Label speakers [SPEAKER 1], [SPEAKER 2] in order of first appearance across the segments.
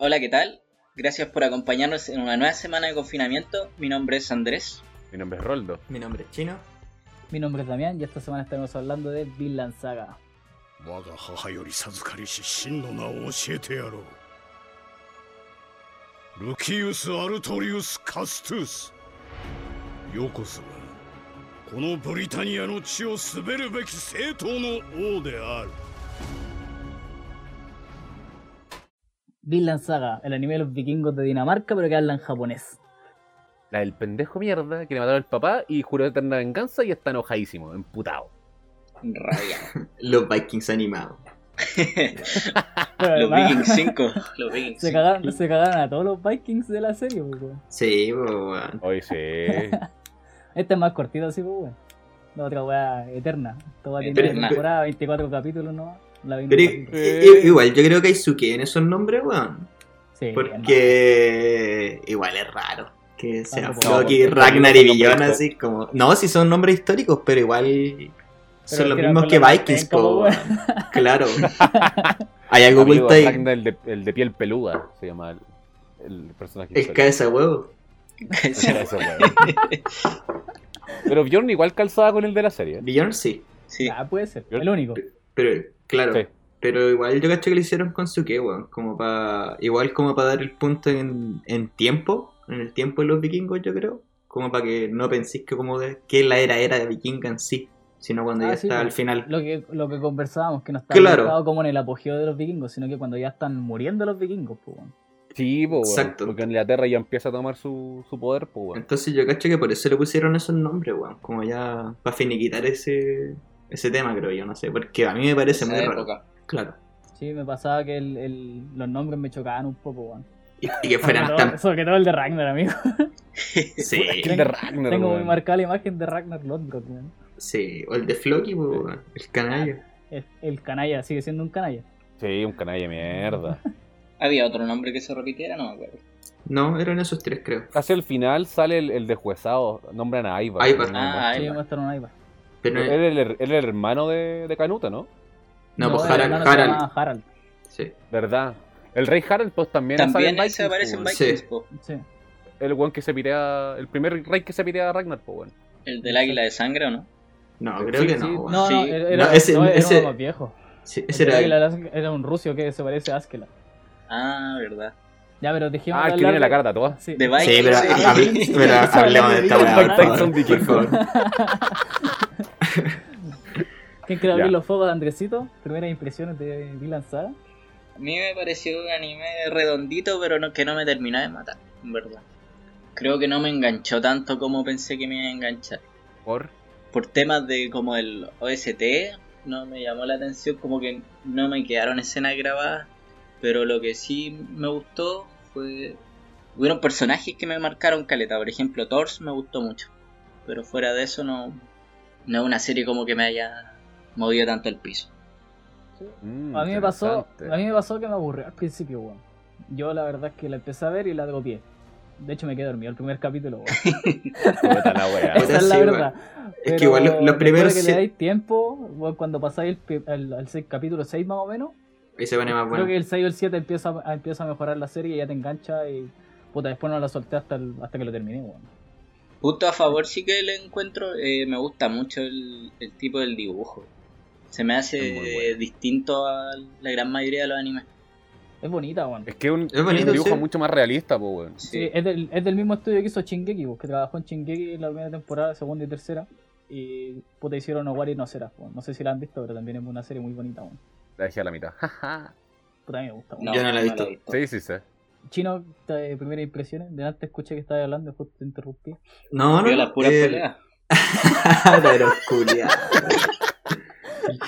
[SPEAKER 1] Hola, ¿qué tal? Gracias por acompañarnos en una nueva semana de confinamiento. Mi nombre es Andrés.
[SPEAKER 2] Mi nombre es Roldo.
[SPEAKER 3] Mi nombre es Chino.
[SPEAKER 4] Mi nombre es Damián y esta semana estaremos hablando de Vinland Saga.
[SPEAKER 5] 我が母より授かりし真の名を教えてやろうルキウス・アルトリウス・カストゥースよこそがこのブリタニアの地を滑るべき正当の王である
[SPEAKER 4] Vinland Saga, el anime de los vikingos de Dinamarca, pero que hablan japonés.
[SPEAKER 2] La del pendejo mierda que le mataron al papá y juró eterna venganza y está enojadísimo, emputado.
[SPEAKER 1] Rabia.
[SPEAKER 3] Los Vikings animados.
[SPEAKER 4] Pero
[SPEAKER 1] Los
[SPEAKER 4] además,
[SPEAKER 1] Vikings 5. Los Vikings
[SPEAKER 4] Se
[SPEAKER 1] 5.
[SPEAKER 4] cagaron, se cagaron a todos los Vikings de la serie, pues, weón.
[SPEAKER 3] Sí, pues, weón.
[SPEAKER 2] Hoy sí.
[SPEAKER 4] Este es más cortito así, pues, weón. La otra weá eterna. Esta weá tiene
[SPEAKER 1] Eterna.
[SPEAKER 4] una temporada, 24 capítulos nomás. La 20
[SPEAKER 3] Pero i-
[SPEAKER 4] capítulos.
[SPEAKER 3] i- igual, yo creo que hay suque en esos nombres, weón.
[SPEAKER 4] Sí,
[SPEAKER 3] Porque igual es raro que sea
[SPEAKER 4] Tampoco.
[SPEAKER 3] Floki,
[SPEAKER 2] No,
[SPEAKER 3] Ragnar y
[SPEAKER 2] no, no,
[SPEAKER 3] Billon
[SPEAKER 2] no, no.
[SPEAKER 3] así como. No, sí son nombres históricos, pero igual son
[SPEAKER 4] Pero
[SPEAKER 3] los
[SPEAKER 4] que era
[SPEAKER 3] mismos
[SPEAKER 4] con
[SPEAKER 3] que
[SPEAKER 4] la
[SPEAKER 3] Vikings,
[SPEAKER 4] manteca, po,
[SPEAKER 3] po, weón. Claro. Hay algo
[SPEAKER 2] Amigo,
[SPEAKER 3] oculto ahí.
[SPEAKER 2] Ragnar, el, de, el de piel peluda se llama el, el personaje.
[SPEAKER 3] El
[SPEAKER 2] histórico.
[SPEAKER 3] cabeza huevo.
[SPEAKER 2] El cabeza, weón. Pero Bjorn igual calzaba con el de la serie. ¿eh?
[SPEAKER 3] Billon sí.
[SPEAKER 1] Sí.
[SPEAKER 4] Ah, puede ser. El único.
[SPEAKER 3] Pero, claro.
[SPEAKER 2] Sí.
[SPEAKER 3] Pero igual yo cacho que lo hicieron con Suke, weón. Como para. Igual como para dar el punto en, en tiempo. En el tiempo de los vikingos, yo creo. Como para que no penséis que como de- que la era era de vikinga en sí. Sino cuando
[SPEAKER 4] Ah,
[SPEAKER 3] ya
[SPEAKER 4] sí,
[SPEAKER 3] está
[SPEAKER 4] pues.
[SPEAKER 3] al final.
[SPEAKER 4] Lo que, lo que conversábamos, que no estaba
[SPEAKER 3] Claro.
[SPEAKER 4] marcado como en el apogeo de los vikingos, sino que cuando ya están muriendo los vikingos, pues, weón.
[SPEAKER 2] Sí, po, weón,
[SPEAKER 3] Exacto.
[SPEAKER 2] porque en Inglaterra ya empieza a tomar su, su poder, po, weón.
[SPEAKER 3] Entonces yo cacho que por eso le pusieron esos nombres, weón. Como ya. Para finiquitar ese. Ese tema, creo yo, no sé. Porque a mí me parece
[SPEAKER 1] Esa
[SPEAKER 3] muy raro.
[SPEAKER 1] época.
[SPEAKER 3] Claro.
[SPEAKER 4] Sí, me pasaba que el- el- los nombres me chocaban un poco, weón.
[SPEAKER 3] Y, y que
[SPEAKER 4] Sobre
[SPEAKER 3] fueran
[SPEAKER 4] todo,
[SPEAKER 3] tan.
[SPEAKER 4] sobre todo el de Ragnar, amigo.
[SPEAKER 3] Sí,
[SPEAKER 2] El de Ragnar,
[SPEAKER 4] Tengo muy
[SPEAKER 2] weón.
[SPEAKER 4] marcada la imagen de Ragnar Lodbrok, weón.
[SPEAKER 3] sí. O el de Floki, po, weón. El canalla.
[SPEAKER 4] El, el canalla, sigue siendo un canalla.
[SPEAKER 2] Sí, un canalla de mierda.
[SPEAKER 1] Había otro nombre que se repitiera, no me acuerdo.
[SPEAKER 3] No, eran esos tres, creo.
[SPEAKER 2] Casi al final sale el, el de juezado, nombran a Ivar.
[SPEAKER 3] Ivar.
[SPEAKER 2] ¿no?
[SPEAKER 1] Ah,
[SPEAKER 4] Sí,
[SPEAKER 1] Ivar.
[SPEAKER 4] mostraron a Ivar.
[SPEAKER 3] Pero.
[SPEAKER 2] Él es el, él es el hermano de, de Canuta, ¿no?
[SPEAKER 3] No, pues
[SPEAKER 4] el
[SPEAKER 3] Harald,
[SPEAKER 4] hermano se
[SPEAKER 3] Harald.
[SPEAKER 4] llamaba Harald.
[SPEAKER 3] Sí.
[SPEAKER 2] ¿Verdad? El rey Harald pues también, sale en
[SPEAKER 1] También
[SPEAKER 2] Vikings, pues.
[SPEAKER 1] se aparece en
[SPEAKER 2] po, weón.
[SPEAKER 1] Vikings,
[SPEAKER 3] Sí.
[SPEAKER 1] po.
[SPEAKER 4] Sí.
[SPEAKER 2] El weón que se pirea, el primer rey que se pirea a Ragnar, pues weón.
[SPEAKER 1] El del águila de sangre, ¿o no?
[SPEAKER 3] No, creo
[SPEAKER 2] Sí,
[SPEAKER 3] que
[SPEAKER 2] sí.
[SPEAKER 3] no,
[SPEAKER 4] No,
[SPEAKER 3] weón.
[SPEAKER 4] no,
[SPEAKER 1] Sí.
[SPEAKER 4] era, era-
[SPEAKER 3] No, ese-
[SPEAKER 4] no, era
[SPEAKER 3] ese-
[SPEAKER 4] uno más viejo.
[SPEAKER 3] Sí,
[SPEAKER 4] El
[SPEAKER 3] ese era
[SPEAKER 4] águila
[SPEAKER 3] el-
[SPEAKER 4] era- era un ruso que se parece a Askela.
[SPEAKER 1] Ah, verdad.
[SPEAKER 4] Ya, pero dijimos.
[SPEAKER 2] Ah,
[SPEAKER 4] de
[SPEAKER 2] el que
[SPEAKER 4] hablar
[SPEAKER 2] viene la
[SPEAKER 4] de-
[SPEAKER 2] carta, toda.
[SPEAKER 4] Sí.
[SPEAKER 1] De
[SPEAKER 3] Sí, pero,
[SPEAKER 1] Vikings. sí.
[SPEAKER 3] ha- habl- pero hablemos de esta weá, por
[SPEAKER 2] Mike Tyson
[SPEAKER 3] favor, por
[SPEAKER 2] vikingo.
[SPEAKER 3] favor.
[SPEAKER 4] ¿Quién quiere
[SPEAKER 2] Ya.
[SPEAKER 4] abrir los fuegos de Andresito? Primeras impresiones de Dylan Saga.
[SPEAKER 1] A mí me pareció un anime redondito, pero no, que no me terminó de matar, en verdad. Creo que no me enganchó tanto como pensé que me iba a enganchar.
[SPEAKER 2] Por
[SPEAKER 1] Por temas de como el OST, no me llamó la atención, como que no me quedaron escenas grabadas. Pero lo que sí me gustó fue... Hubieron personajes que me marcaron caleta, por ejemplo Thors me gustó mucho. Pero fuera de eso no, no es una serie como que me haya movido tanto el piso.
[SPEAKER 2] Mm,
[SPEAKER 4] A mí me pasó,
[SPEAKER 2] interesante.
[SPEAKER 4] a mí me pasó que me aburrió al principio, weón. Yo la verdad es que la empecé a ver y la dropié. De hecho me quedé dormido el primer capítulo, weón.
[SPEAKER 2] Puta la weá.
[SPEAKER 3] Puta,
[SPEAKER 4] Esa es la
[SPEAKER 3] sí,
[SPEAKER 4] verdad.
[SPEAKER 3] Es que igual los- los
[SPEAKER 4] después de
[SPEAKER 3] primeros
[SPEAKER 4] que
[SPEAKER 3] sí-
[SPEAKER 4] le dais tiempo, weón, cuando pasáis el pi- al, al seis- capítulo 6 más o menos,
[SPEAKER 3] Ahí se pone más
[SPEAKER 4] creo que
[SPEAKER 3] bueno.
[SPEAKER 4] el 6 o el 7 empieza a, empieza a mejorar la serie y ya te engancha y puta, después no la solté hasta, el- hasta que lo terminé, weón.
[SPEAKER 1] Punto a favor sí que le encuentro, eh, me gusta mucho el, el tipo del dibujo. Se me hace
[SPEAKER 2] Es muy bueno.
[SPEAKER 1] eh, distinto a la gran mayoría de los animes.
[SPEAKER 4] Es bonita, weón.
[SPEAKER 2] Es que un,
[SPEAKER 3] Es bonito,
[SPEAKER 2] un dibujo
[SPEAKER 3] sí.
[SPEAKER 2] mucho más realista, pues weón.
[SPEAKER 4] Sí, es, del, es del mismo estudio que hizo Shingeki, pues, que trabajó en Shingeki en la primera temporada, segunda y tercera. Y puta, hicieron Owari no será. pues. No sé si la han visto, pero también es una serie muy bonita. Bueno.
[SPEAKER 2] La dejé a la mitad. jaja.
[SPEAKER 4] Puta, a mí me gusta. bueno.
[SPEAKER 3] Yo no la he visto.
[SPEAKER 2] sí, sí, sí.
[SPEAKER 4] Chino, te- primeras impresiones. Delante escuché que estabas hablando, después te interrumpí.
[SPEAKER 3] No, no.
[SPEAKER 1] Vio las puras
[SPEAKER 3] eh,
[SPEAKER 1] peleas.
[SPEAKER 3] Pero culiao.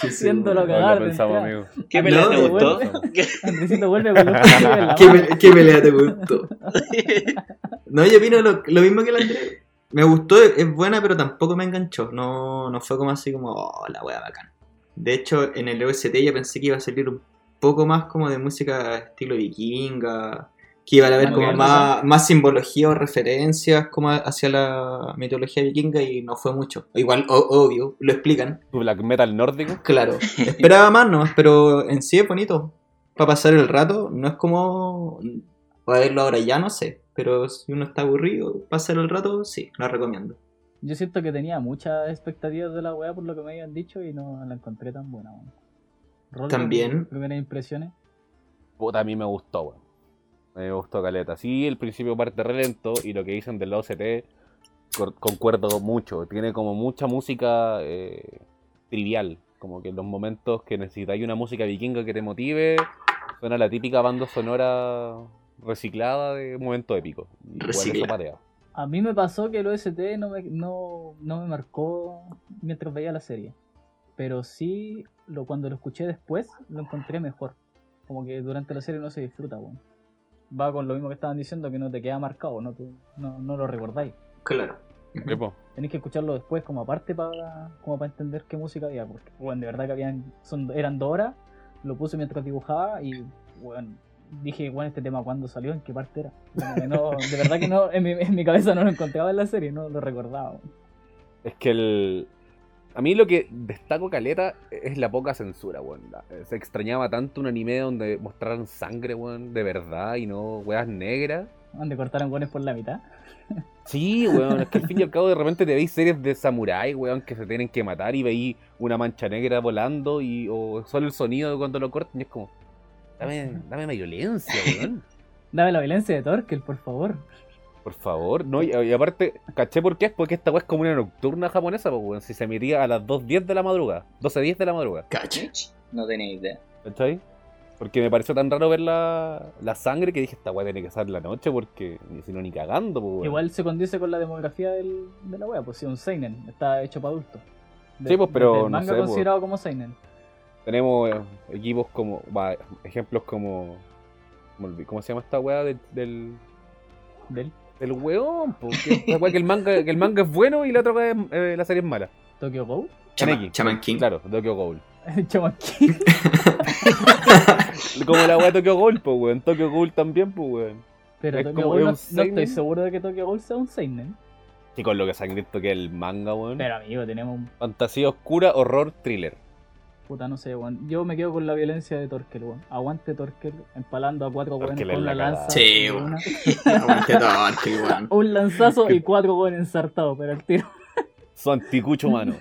[SPEAKER 3] Sí,
[SPEAKER 4] Siento
[SPEAKER 3] weón.
[SPEAKER 4] lo
[SPEAKER 2] No lo
[SPEAKER 4] cagar de
[SPEAKER 2] pensamos,
[SPEAKER 4] entrada.
[SPEAKER 2] amigo.
[SPEAKER 1] ¿Qué
[SPEAKER 3] no,
[SPEAKER 1] pelea te
[SPEAKER 3] no,
[SPEAKER 1] gustó?
[SPEAKER 2] bueno.
[SPEAKER 4] Andresito vuelve con los cuchillos en la
[SPEAKER 3] ¿Qué,
[SPEAKER 4] mano.
[SPEAKER 3] pe- qué pelea te gustó? No, yo opino lo, lo mismo que el Andrés. Me gustó, es buena, pero tampoco me enganchó. No, no fue como así como, oh, la wea bacán. De hecho, en el E OST ya pensé que iba a salir un poco más como de música estilo vikinga, que iban a haber
[SPEAKER 4] Muy
[SPEAKER 3] como
[SPEAKER 4] bien,
[SPEAKER 3] más, más simbología o referencias como hacia la mitología vikinga y no fue mucho. Igual, o- obvio, lo explican.
[SPEAKER 2] Tu black metal nórdico.
[SPEAKER 3] Claro, esperaba más nomás, pero en sí es bonito. para pasar el rato, no es como a verlo ahora ya, no sé. Pero si uno está aburrido, pasar el rato, sí, lo recomiendo.
[SPEAKER 4] Yo siento que tenía muchas expectativas de la weá por lo que me habían dicho y no la encontré tan buena. weón. Rol,
[SPEAKER 3] También.
[SPEAKER 4] Primeras impresiones.
[SPEAKER 2] Puta, a mí me gustó, weón. Me gustó Caleta. Sí, el principio parte re lento y lo que dicen del OCT cor- concuerdo mucho. Tiene como mucha música eh, trivial. Como que en los momentos que necesitáis una música vikinga que te motive, suena la típica banda sonora reciclada de momento épico. Igual eso
[SPEAKER 3] Recicla.
[SPEAKER 2] patea.
[SPEAKER 4] A mí me pasó que el OST no me, no, no me marcó mientras veía la serie. Pero sí, lo, cuando lo escuché después, lo encontré mejor. Como que durante la serie no se disfruta, weón. Va con lo mismo que estaban diciendo, que no te queda marcado, no, te- no, no lo recordáis.
[SPEAKER 3] Claro.
[SPEAKER 2] Sí, po.
[SPEAKER 4] Tenéis que escucharlo después como aparte para como para entender qué música había, porque bueno, de verdad que habían son, eran dos horas, lo puse mientras dibujaba y bueno, dije, bueno, este tema cuándo salió, en qué parte era. Como que no, de verdad que no, en mi, en mi cabeza no lo encontraba en la serie, no lo recordaba.
[SPEAKER 2] Es que el. A mí lo que destaco Caleta es la poca censura, weón. La- eh, Se extrañaba tanto un anime donde mostraran sangre, weón, de verdad y no weas negras.
[SPEAKER 4] Donde cortaron guanes por la mitad.
[SPEAKER 2] Sí, weón, es que al fin y al cabo de repente te veis series de samurái, weón, que se tienen que matar y veis una mancha negra volando y o solo el sonido de cuando lo cortan y es como, dame, dame más violencia, weón.
[SPEAKER 4] Dame la violencia de Torkel, por favor.
[SPEAKER 2] Por favor, no, y, y aparte, caché por qué es porque esta weá es como una nocturna japonesa, pues, weón, si se emitía a las 2.10 de la madrugada, 12.10 de la madrugada,
[SPEAKER 3] Cacha.
[SPEAKER 1] No tenía idea.
[SPEAKER 2] ¿cachai? Porque me pareció tan raro ver la, la sangre que dije, esta weá tiene que salir la noche porque ni- si no ni cagando, pues, weón.
[SPEAKER 4] Igual se condice con la demografía del, de la wea, pues si un Seinen, está hecho para adultos. De-
[SPEAKER 2] Sí, pues, pero
[SPEAKER 4] desde
[SPEAKER 2] no
[SPEAKER 4] el manga
[SPEAKER 2] sé, pues.
[SPEAKER 4] considerado como Seinen.
[SPEAKER 2] Tenemos eh, equipos como. va, ejemplos como. me olvidé, ¿Cómo se llama esta weá del. del,
[SPEAKER 4] Del
[SPEAKER 2] del weón? Porque esta weá que el manga, que el manga es bueno y la otra weá es, eh, la serie es mala.
[SPEAKER 4] Tokyo Ghoul.
[SPEAKER 3] Chaman,
[SPEAKER 2] Kaneki.
[SPEAKER 3] Chaman King.
[SPEAKER 2] Claro, Tokyo Ghoul.
[SPEAKER 4] Chaman King.
[SPEAKER 2] Como la weá de Tokyo Ghoul, pues weón. Tokyo Ghoul también, pues weón.
[SPEAKER 4] Pero
[SPEAKER 2] Es
[SPEAKER 4] Tokyo
[SPEAKER 2] como-
[SPEAKER 4] Ghoul
[SPEAKER 2] es
[SPEAKER 4] no,
[SPEAKER 2] un
[SPEAKER 4] no estoy
[SPEAKER 2] seinen.
[SPEAKER 4] seguro de que Tokyo Ghoul sea un seinen.
[SPEAKER 2] Y con lo que se han visto que es el manga, weón.
[SPEAKER 4] Pero amigo, tenemos un
[SPEAKER 2] Fantasía oscura, horror, thriller.
[SPEAKER 4] puta, no sé, weón. Yo me quedo con la violencia de Torkel, weón. Aguante Torkel, empalando a cuatro weones
[SPEAKER 2] Torkel es
[SPEAKER 4] con la
[SPEAKER 2] la
[SPEAKER 4] lanza.
[SPEAKER 2] cagada.
[SPEAKER 3] Sí,
[SPEAKER 4] de
[SPEAKER 3] weón.
[SPEAKER 4] una.
[SPEAKER 3] Aguante Torque, weón.
[SPEAKER 4] Un lanzazo y cuatro weones ensartados, pero el tiro.
[SPEAKER 2] Su anticucho humano.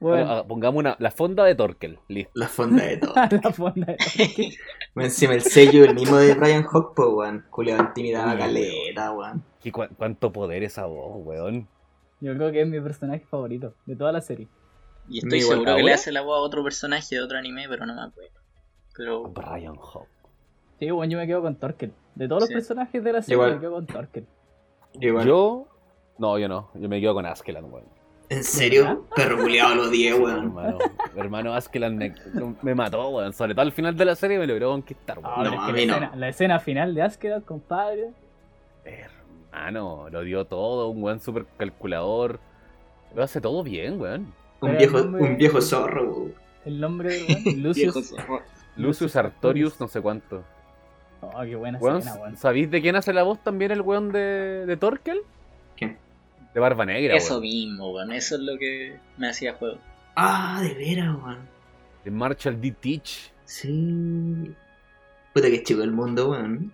[SPEAKER 4] Bueno,
[SPEAKER 2] Ah, Pongamos una, la fonda de Torkel. Listo.
[SPEAKER 3] La fonda de todo.
[SPEAKER 4] la fonda de Torkel.
[SPEAKER 3] Bueno, Encima el sello, el mismo de Brian Hawk, pues, weón. Julio intimidaba
[SPEAKER 2] Uy,
[SPEAKER 3] caleta, weón.
[SPEAKER 2] ¿Y cua- cuánto poder esa voz, weón?
[SPEAKER 4] Yo creo que es mi personaje favorito de toda la serie.
[SPEAKER 1] Y estoy
[SPEAKER 3] Igual,
[SPEAKER 1] seguro que le
[SPEAKER 3] ¿ahora?
[SPEAKER 1] hace la voz a otro personaje de otro anime, pero no me acuerdo. Pero
[SPEAKER 2] Brian Hawk.
[SPEAKER 4] Sí, weón, yo me quedo con Torkel. De todos los
[SPEAKER 1] Sí.
[SPEAKER 4] personajes de la serie,
[SPEAKER 3] Igual.
[SPEAKER 4] me quedo con Torkel.
[SPEAKER 3] Igual.
[SPEAKER 2] Yo. No, yo no. Yo me quedo con Askeland, weón.
[SPEAKER 3] ¿En serio? Perro culiado los 10,
[SPEAKER 2] Sí,
[SPEAKER 3] weón.
[SPEAKER 2] Hermano, hermano Askeland me, me mató, weón. Sobre todo al final de la serie me logró conquistar,
[SPEAKER 4] Ah,
[SPEAKER 2] weón.
[SPEAKER 3] No,
[SPEAKER 4] pero es que
[SPEAKER 3] a mí
[SPEAKER 4] la,
[SPEAKER 3] no.
[SPEAKER 4] escena, la escena final de Askeland, compadre.
[SPEAKER 2] Hermano, lo dio todo, un weón super calculador. Lo hace todo bien, weón.
[SPEAKER 4] Pero
[SPEAKER 3] Un viejo,
[SPEAKER 4] el nombre-
[SPEAKER 3] un viejo zorro, weón.
[SPEAKER 4] El nombre del weón,
[SPEAKER 1] viejo oh,
[SPEAKER 4] Lucius.
[SPEAKER 1] zorro.
[SPEAKER 2] Lucius Artorius, no sé cuánto.
[SPEAKER 4] Oh, qué buena
[SPEAKER 2] Weón,
[SPEAKER 4] escena, weón.
[SPEAKER 2] ¿sabéis de quién hace la voz también el weón de, de Torkel?
[SPEAKER 3] ¿Quién?
[SPEAKER 2] De Barba Negra,
[SPEAKER 1] Eso
[SPEAKER 2] weón.
[SPEAKER 1] mismo, weón. Eso es lo que me hacía juego.
[SPEAKER 3] Ah, de veras, weón.
[SPEAKER 2] De Marshall D. Teach.
[SPEAKER 3] Sí. Puta que chico el mundo, weón.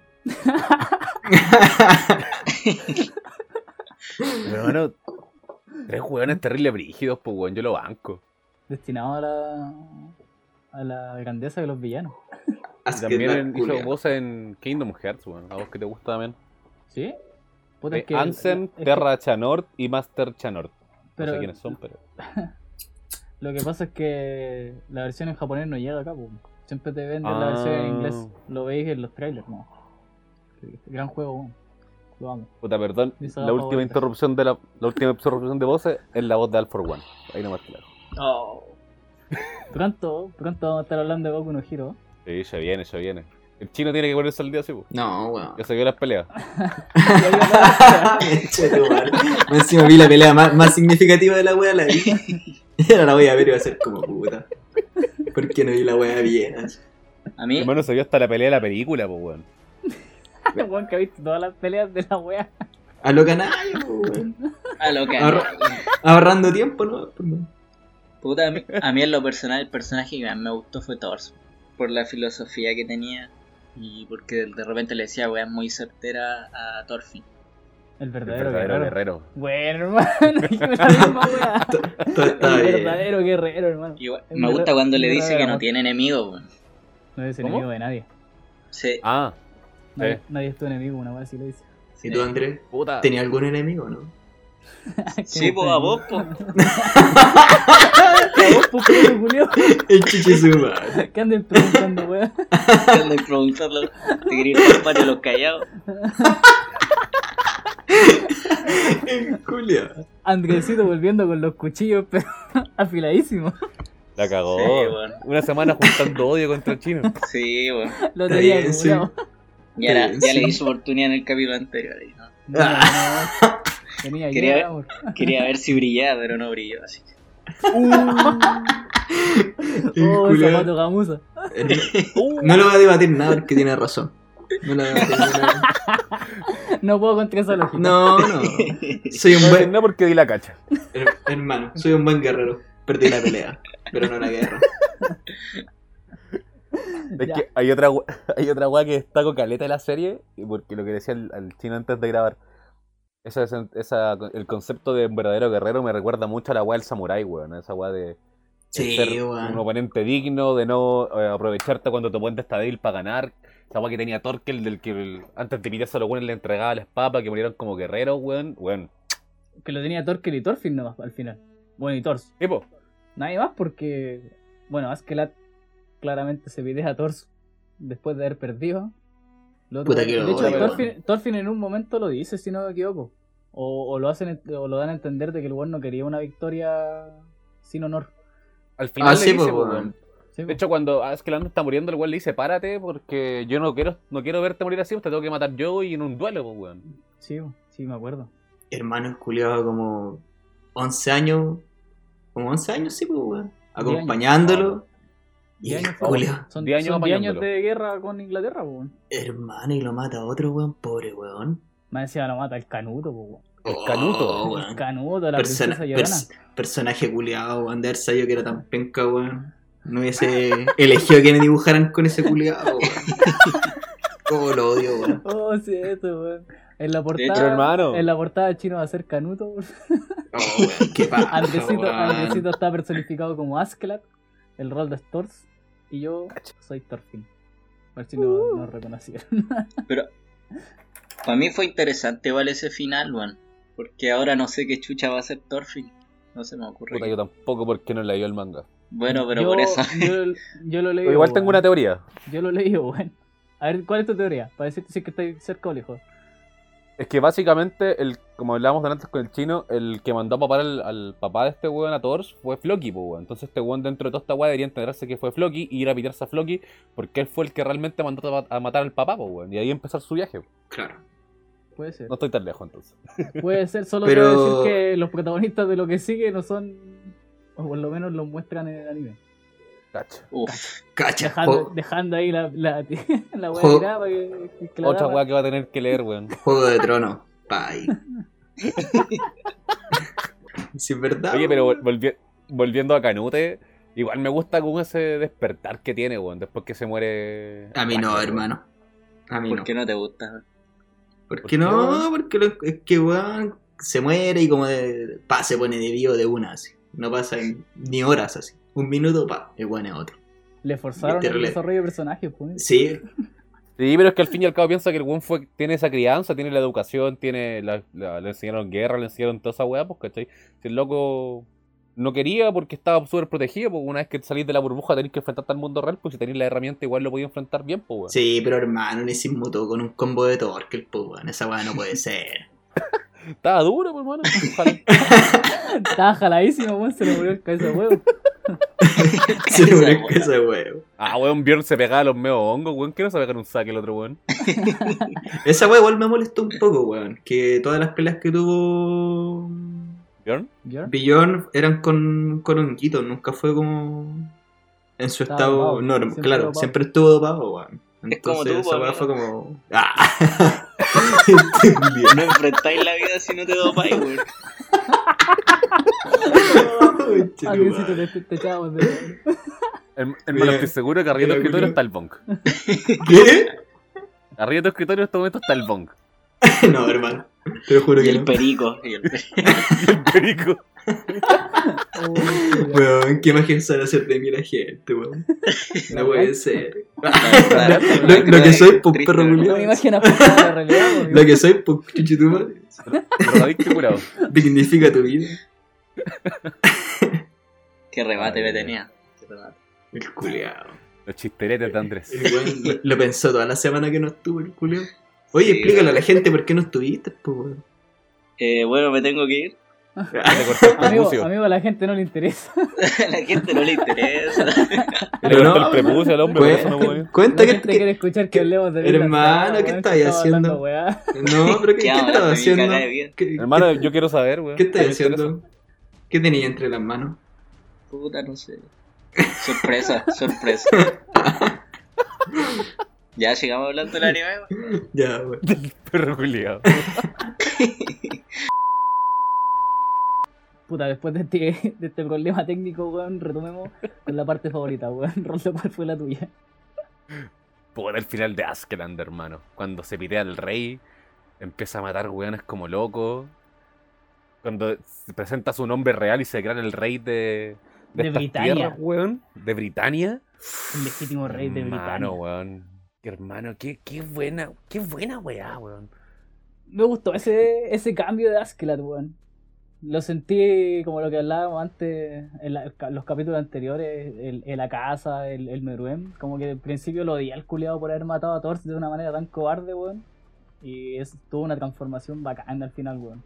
[SPEAKER 2] Hermano, tres weones terribles brígidos, pues weón, yo lo banco.
[SPEAKER 4] destinado a la, a la grandeza de los villanos.
[SPEAKER 2] Y
[SPEAKER 3] Asqueroso,
[SPEAKER 2] También hizo
[SPEAKER 3] culiao.
[SPEAKER 2] voz en Kingdom Hearts, weón. A vos que te gusta también.
[SPEAKER 4] ¿Sí? Puta,
[SPEAKER 2] De
[SPEAKER 4] es que-
[SPEAKER 2] Eh, Ansem,
[SPEAKER 4] es que-
[SPEAKER 2] Terra Chanort y Master Chanort.
[SPEAKER 4] Pero-
[SPEAKER 2] No sé quiénes son, pero.
[SPEAKER 4] Lo que pasa es que la versión en japonés no llega acá, po. Siempre te venden la versión en
[SPEAKER 2] Ah.
[SPEAKER 4] inglés. Lo veis en los trailers, ¿no? Gran juego, weón. Lo amo.
[SPEAKER 2] Puta, perdón.
[SPEAKER 4] Mi saga
[SPEAKER 2] La última
[SPEAKER 4] favorita.
[SPEAKER 2] interrupción de la, la última interrupción de voces es la voz de Alpha One. Ahí nomás claro.
[SPEAKER 1] Oh,
[SPEAKER 4] Pronto, pronto vamos a estar hablando de Boku no Hero.
[SPEAKER 2] Sí, ya viene, ya viene. El chino tiene que ponerse al día así, po.
[SPEAKER 3] No, weón.
[SPEAKER 2] Ya se vio las peleas.
[SPEAKER 4] Ya había hablado.
[SPEAKER 3] Cheto, weón. Encima vi la pelea más, más significativa de la wea, la vi. Y ahora la voy a ver y va a ser como puta. ¿Por qué no vi la wea bien?
[SPEAKER 1] a mí,
[SPEAKER 2] Hermano, se vio hasta la pelea de la película, pues, weón.
[SPEAKER 4] Weón, que ha visto todas las peleas de la wea.
[SPEAKER 3] A lo canallo, weón.
[SPEAKER 1] a lo que.
[SPEAKER 3] Ahora- Ahorrando tiempo, ¿no?
[SPEAKER 1] Puta, a mí, a mí en lo personal el personaje que más me gustó fue Thors. Por la filosofía que tenía y porque de repente le decía weá muy certera a Thorfinn.
[SPEAKER 4] El
[SPEAKER 2] El
[SPEAKER 4] verdadero,
[SPEAKER 2] verdadero
[SPEAKER 4] guerrero.
[SPEAKER 2] guerrero.
[SPEAKER 4] Bueno, hermano, dime la misma weá.
[SPEAKER 3] Todo está
[SPEAKER 4] El
[SPEAKER 3] bien.
[SPEAKER 4] verdadero guerrero, hermano.
[SPEAKER 1] Y we-
[SPEAKER 4] El
[SPEAKER 1] me
[SPEAKER 4] verdad-
[SPEAKER 1] gusta cuando le
[SPEAKER 4] el
[SPEAKER 1] dice que
[SPEAKER 4] verdadero
[SPEAKER 1] no
[SPEAKER 4] amor.
[SPEAKER 1] tiene enemigo. weón.
[SPEAKER 4] No eres
[SPEAKER 2] ¿Cómo? Eh.
[SPEAKER 4] enemigo de nadie.
[SPEAKER 1] Se-
[SPEAKER 2] Ah,
[SPEAKER 4] Nadie,
[SPEAKER 2] Eh.
[SPEAKER 4] nadie es tu enemigo, una weá así le dice.
[SPEAKER 3] ¿Y tú, Andrés?
[SPEAKER 2] puta.
[SPEAKER 3] ¿Tenías algún enemigo, no?
[SPEAKER 1] Sí, po, a vos, po.
[SPEAKER 4] ¿Por qué me culió?
[SPEAKER 3] El Chichizuma.
[SPEAKER 4] ¿Qué anden preguntando, weá?
[SPEAKER 1] Al de preguntarlo, te quería ir para los callados.
[SPEAKER 3] Julio.
[SPEAKER 4] Andresito volviendo con los cuchillos, pero afiladísimo.
[SPEAKER 2] La cagó.
[SPEAKER 1] Sí, weón.
[SPEAKER 2] Una semana juntando odio contra el chino.
[SPEAKER 1] Sí, weón.
[SPEAKER 4] Lo
[SPEAKER 3] Está
[SPEAKER 4] tenía
[SPEAKER 3] bien, sí.
[SPEAKER 4] culiao.
[SPEAKER 1] Ya, era-
[SPEAKER 3] Sí,
[SPEAKER 1] ya le
[SPEAKER 3] sí.
[SPEAKER 1] di su oportunidad en el capítulo anterior. y no.
[SPEAKER 4] No, no, no. Tenía
[SPEAKER 1] Quería-
[SPEAKER 4] ya, amor.
[SPEAKER 1] Quería ver si brillaba, pero no brilló. Así que
[SPEAKER 3] El
[SPEAKER 4] Oh, el
[SPEAKER 3] Uh, culiao.
[SPEAKER 4] zapato gamuza.
[SPEAKER 2] ¡Uh!
[SPEAKER 3] No lo voy a debatir nada porque tiene razón. No lo voy a debatir nada.
[SPEAKER 4] No puedo contra esa lógica.
[SPEAKER 3] No, no. Soy un
[SPEAKER 2] No
[SPEAKER 3] buen.
[SPEAKER 2] no porque di la cacha.
[SPEAKER 3] her- Hermano, soy un buen guerrero. Perdí la pelea, pero no la guerra.
[SPEAKER 2] Es
[SPEAKER 4] Ya.
[SPEAKER 2] que hay otra we- hay otra weá que destaco caleta de la serie, y porque lo que decía el, al chino antes de grabar. Esa, esa- esa- el concepto de un verdadero guerrero me recuerda mucho a la weá del samurái, weón. Esa weá de, de
[SPEAKER 3] Sí,
[SPEAKER 2] ser
[SPEAKER 3] weón.
[SPEAKER 2] un oponente digno, de no eh, aprovecharte cuando tu oponente está débil para ganar. Esa weá que tenía Torkel, del que el- antes de mirarse a los weones le entregaba la espada para que murieran como guerreros, weón. Weón.
[SPEAKER 4] Que lo tenía Torkel y Thorfinn nomás al final. Bueno, y Tors.
[SPEAKER 2] Tipo,
[SPEAKER 4] Nadie más porque, bueno, Askelat claramente se pide a Tors después de haber perdido. Lo otro-
[SPEAKER 3] Puta que lo
[SPEAKER 4] de hecho,
[SPEAKER 2] odio,
[SPEAKER 4] Thorfinn, Thorfinn en un momento lo dice, si no me equivoco. O, o lo hacen ent- o lo dan a entender de que el weón no quería una victoria sin honor.
[SPEAKER 2] al final.
[SPEAKER 3] Ah,
[SPEAKER 2] le
[SPEAKER 3] sí,
[SPEAKER 2] dice,
[SPEAKER 3] pues,
[SPEAKER 2] po,
[SPEAKER 3] weón.
[SPEAKER 2] weón.
[SPEAKER 4] ¿sí?
[SPEAKER 2] De hecho, cuando ah, Askeland está muriendo, el weón le dice, párate, porque yo no quiero, no quiero verte morir así, pues te tengo que matar yo y en un duelo, pues, weón.
[SPEAKER 4] sí, sí, me acuerdo.
[SPEAKER 3] Hermano, culiado como 11 años. Como 11 años, sí, pues, weón. Acompañándolo. Y
[SPEAKER 4] Diez
[SPEAKER 3] el
[SPEAKER 4] años,
[SPEAKER 3] culiao.
[SPEAKER 4] Son 10
[SPEAKER 2] Diez años
[SPEAKER 4] años, son diez años
[SPEAKER 2] apañándolo.
[SPEAKER 4] de guerra con Inglaterra, po, weón.
[SPEAKER 3] Hermano, y lo mata otro, weón. Pobre, weón.
[SPEAKER 4] Me decía, lo mata el canuto, po, weón.
[SPEAKER 2] El canuto.
[SPEAKER 3] Oh,
[SPEAKER 4] El
[SPEAKER 3] weón.
[SPEAKER 4] canuto, la
[SPEAKER 3] Persona-
[SPEAKER 4] princesa llorona.
[SPEAKER 3] pers- personaje culiado, weón. De haber sabido que era tan penca, weón. No hubiese elegido a quienes dibujaran con ese culiado, weón. Cómo lo odio, weón.
[SPEAKER 4] Oh, sí, eso, weón. En la portada,
[SPEAKER 1] Pero,
[SPEAKER 2] hermano.
[SPEAKER 4] Ah, en la portada el chino va a ser Canuto. weón.
[SPEAKER 3] Oh, weón, qué paja,
[SPEAKER 4] Andresito,
[SPEAKER 3] weón.
[SPEAKER 4] Andresito está personificado como Askeladd, el rol de Stors, y yo soy Thorfinn. A ver si no,
[SPEAKER 2] Uh.
[SPEAKER 4] no reconocieron.
[SPEAKER 1] para mí fue interesante, ¿vale? Ese final, weón. Porque ahora no sé qué chucha va a ser Thorfinn. No se me ocurre.
[SPEAKER 2] Puta, yo tampoco porque no leí el manga.
[SPEAKER 1] Bueno, pero
[SPEAKER 4] yo,
[SPEAKER 1] por eso.
[SPEAKER 4] Yo, yo lo leí.
[SPEAKER 2] Pero igual tengo una
[SPEAKER 4] teoría.
[SPEAKER 2] teoría.
[SPEAKER 4] Yo lo leí, weón. A ver, ¿cuál es tu teoría? Para decirte si es que estoy cerca o lejos.
[SPEAKER 2] Es que básicamente, el, como hablábamos antes con el chino, el que mandó a papar al, al papá de este weón a Thors fue Floki, pues, weón. Entonces este weón dentro de toda esta weá debería enterarse que fue Floki y ir a pitearse a Floki porque él fue el que realmente mandó a, a matar al papá, pues, weón. Y ahí empezar su viaje.
[SPEAKER 3] Claro.
[SPEAKER 4] Puede ser.
[SPEAKER 2] No estoy tan lejos entonces.
[SPEAKER 4] Puede ser, solo
[SPEAKER 3] Pero-
[SPEAKER 4] te voy a decir que los protagonistas de lo que sigue no son. O por lo menos los muestran en el anime.
[SPEAKER 2] Cacha.
[SPEAKER 1] Uf,
[SPEAKER 3] Cacha,
[SPEAKER 4] Dejando,
[SPEAKER 3] juego,
[SPEAKER 4] dejando ahí la, la, la weá
[SPEAKER 3] Jo-
[SPEAKER 4] tirada para que- que. la
[SPEAKER 2] Otra
[SPEAKER 4] daba.
[SPEAKER 2] weá que va a tener que leer, weón.
[SPEAKER 3] juego de trono. Bye. Si es verdad.
[SPEAKER 2] Oye, pero
[SPEAKER 3] weón.
[SPEAKER 2] vol- volvi- volviendo a Canute, igual me gusta como ese despertar que tiene, weón, después que se muere.
[SPEAKER 3] A mí no,
[SPEAKER 2] Ragnarok.
[SPEAKER 3] hermano. A mí
[SPEAKER 1] ¿por
[SPEAKER 3] no.
[SPEAKER 1] qué no te gusta?
[SPEAKER 3] ¿Por
[SPEAKER 2] ¿Por
[SPEAKER 3] qué
[SPEAKER 2] qué,
[SPEAKER 3] no?
[SPEAKER 2] weón?
[SPEAKER 3] Porque lo- es que, weón, se muere y como de. Pa, se pone de vivo de una así. No pasa ni horas así. Un minuto, pa, el weón es otro.
[SPEAKER 4] Le forzaron
[SPEAKER 3] Viste,
[SPEAKER 4] el
[SPEAKER 3] Role.
[SPEAKER 4] desarrollo de personajes, pues.
[SPEAKER 3] Sí,
[SPEAKER 2] Sí, pero es que al fin y al cabo piensa que el weón fue, tiene esa crianza, tiene la educación, tiene la, la- le enseñaron guerra, le enseñaron toda esa weá, pues, ¿cachai? Si el loco no quería porque estaba súper protegido, porque una vez que salís de la burbuja tenés que enfrentarte al mundo real, pues si tenés la herramienta igual lo podías enfrentar bien, pues, weón.
[SPEAKER 3] sí, pero hermano, ni se inmutó con un combo de Torkel, pues, weón. Esa weá no puede ser.
[SPEAKER 2] Estaba duro, pues, hermano. Ojalá.
[SPEAKER 4] Estaba jaladísimo, weón, se le murió el cabeza de huevo.
[SPEAKER 3] Se
[SPEAKER 1] Esa
[SPEAKER 3] le murió
[SPEAKER 1] weá.
[SPEAKER 3] ese weón.
[SPEAKER 2] Ah, weón, Bjorn se pegaba a los meos hongos, weón, que no se pegar un saque el otro weón.
[SPEAKER 3] Esa weá igual me molestó un poco, weón. Que todas las peleas que tuvo.
[SPEAKER 2] Bjorn.
[SPEAKER 4] ¿Yo?
[SPEAKER 3] Billón eran con, con honguitos, nunca fue como. En su
[SPEAKER 4] Estaba
[SPEAKER 3] estado
[SPEAKER 4] dopado,
[SPEAKER 3] normal,
[SPEAKER 4] siempre
[SPEAKER 3] claro,
[SPEAKER 4] dopado.
[SPEAKER 3] siempre estuvo dopado, weón.
[SPEAKER 1] Es como
[SPEAKER 3] Entonces,
[SPEAKER 1] tú, po,
[SPEAKER 3] esa weá
[SPEAKER 1] amigo.
[SPEAKER 3] fue como. ¡Ah! Este culiao.
[SPEAKER 1] No enfrentáis la vida si no te dopáis, weón.
[SPEAKER 3] Ay,
[SPEAKER 4] Al principio Ah, te, te, te echábamos de
[SPEAKER 2] El, el
[SPEAKER 3] Mira,
[SPEAKER 2] malo estoy seguro que arriba de tu escritorio
[SPEAKER 3] mira, Julio.
[SPEAKER 2] está el bonk.
[SPEAKER 3] ¿Qué?
[SPEAKER 2] Arriba de tu escritorio en este momento está el bonk.
[SPEAKER 3] No, hermano. Te lo juro
[SPEAKER 1] Y
[SPEAKER 3] que
[SPEAKER 1] el
[SPEAKER 3] no.
[SPEAKER 1] perico. y el perico.
[SPEAKER 2] El perico.
[SPEAKER 4] Oh, qué weá.
[SPEAKER 3] Weón, qué imagen sale hacer de mí la gente, weón. No puede ser.
[SPEAKER 1] Claro,
[SPEAKER 3] Lo, lo que soy, pues
[SPEAKER 1] Triste,
[SPEAKER 3] perro
[SPEAKER 4] Una
[SPEAKER 3] culiao.
[SPEAKER 4] imagen afectada de la realidad. amigo.
[SPEAKER 3] Lo que soy, pues chuchitumare.
[SPEAKER 2] Drogadicto curado.
[SPEAKER 3] Dignifica tu vida.
[SPEAKER 1] Qué remate
[SPEAKER 2] Ay,
[SPEAKER 1] le
[SPEAKER 2] Dios.
[SPEAKER 1] tenía. Qué remate.
[SPEAKER 3] El culeado.
[SPEAKER 2] Los chisteretes de Andrés.
[SPEAKER 3] El weón lo- lo pensó toda la semana que no estuvo el culeado. Oye,
[SPEAKER 1] Sí,
[SPEAKER 3] explícale a
[SPEAKER 1] weón.
[SPEAKER 3] la gente por qué no estuviste, pues, weón.
[SPEAKER 1] Eh, bueno, me tengo que ir.
[SPEAKER 2] Le cortaste el
[SPEAKER 4] Amigo,
[SPEAKER 2] prepucio.
[SPEAKER 4] amigo, a la gente no le interesa.
[SPEAKER 1] A la gente no le interesa.
[SPEAKER 2] Le cortó el
[SPEAKER 3] no, pues,
[SPEAKER 2] prepucio al hombre, por eso no
[SPEAKER 3] Cuenta,
[SPEAKER 2] puede.
[SPEAKER 4] La
[SPEAKER 3] cuenta que,
[SPEAKER 4] gente quiere escuchar que hablemos de
[SPEAKER 3] Hermano,
[SPEAKER 4] Villarreal,
[SPEAKER 3] ¿qué
[SPEAKER 4] weón,
[SPEAKER 3] estáis
[SPEAKER 4] que estaba
[SPEAKER 3] haciendo?
[SPEAKER 4] hablando, weá.
[SPEAKER 3] que- No, pero ¿qué,
[SPEAKER 1] ¿Qué
[SPEAKER 3] qué
[SPEAKER 1] hablas de
[SPEAKER 3] estabas
[SPEAKER 1] mi
[SPEAKER 3] haciendo?
[SPEAKER 1] cagada de vida?
[SPEAKER 3] ¿Qué,
[SPEAKER 2] Hermano,
[SPEAKER 3] qué-
[SPEAKER 2] yo quiero saber, weón.
[SPEAKER 3] ¿qué estás
[SPEAKER 2] Me interesa.
[SPEAKER 3] haciendo? ¿Qué tenías entre las manos?
[SPEAKER 1] Puta, no sé. Sorpresa, sorpresa. Ya llegamos hablando del anime. weón.
[SPEAKER 3] Ya, weón.
[SPEAKER 2] Perro culiado.
[SPEAKER 4] Puta, después de este, de este problema técnico, weón, retomemos con la parte favorita, weón. Rollo, ¿cuál fue la tuya?
[SPEAKER 2] Por el final de Askeland, hermano. Cuando se pitea al rey, empieza a matar weones como loco. Cuando se presenta su nombre real y se crean el rey de.
[SPEAKER 4] De
[SPEAKER 2] De, estas
[SPEAKER 4] Britania.
[SPEAKER 2] tierras, weón. De Britania.
[SPEAKER 4] El legítimo rey de Britania.
[SPEAKER 2] Hermano, weón. Hermano, qué, qué buena, qué buena weá, weón.
[SPEAKER 4] Me gustó ese, ese cambio de Askeladd, weón. Lo sentí como lo que hablábamos antes, en la- los capítulos anteriores, el, el Akasa, el, el Meruem. Como que al principio lo odié al culiado por haber matado a Thor de una manera tan cobarde, weón. Y es, tuvo una transformación bacana al final, weón.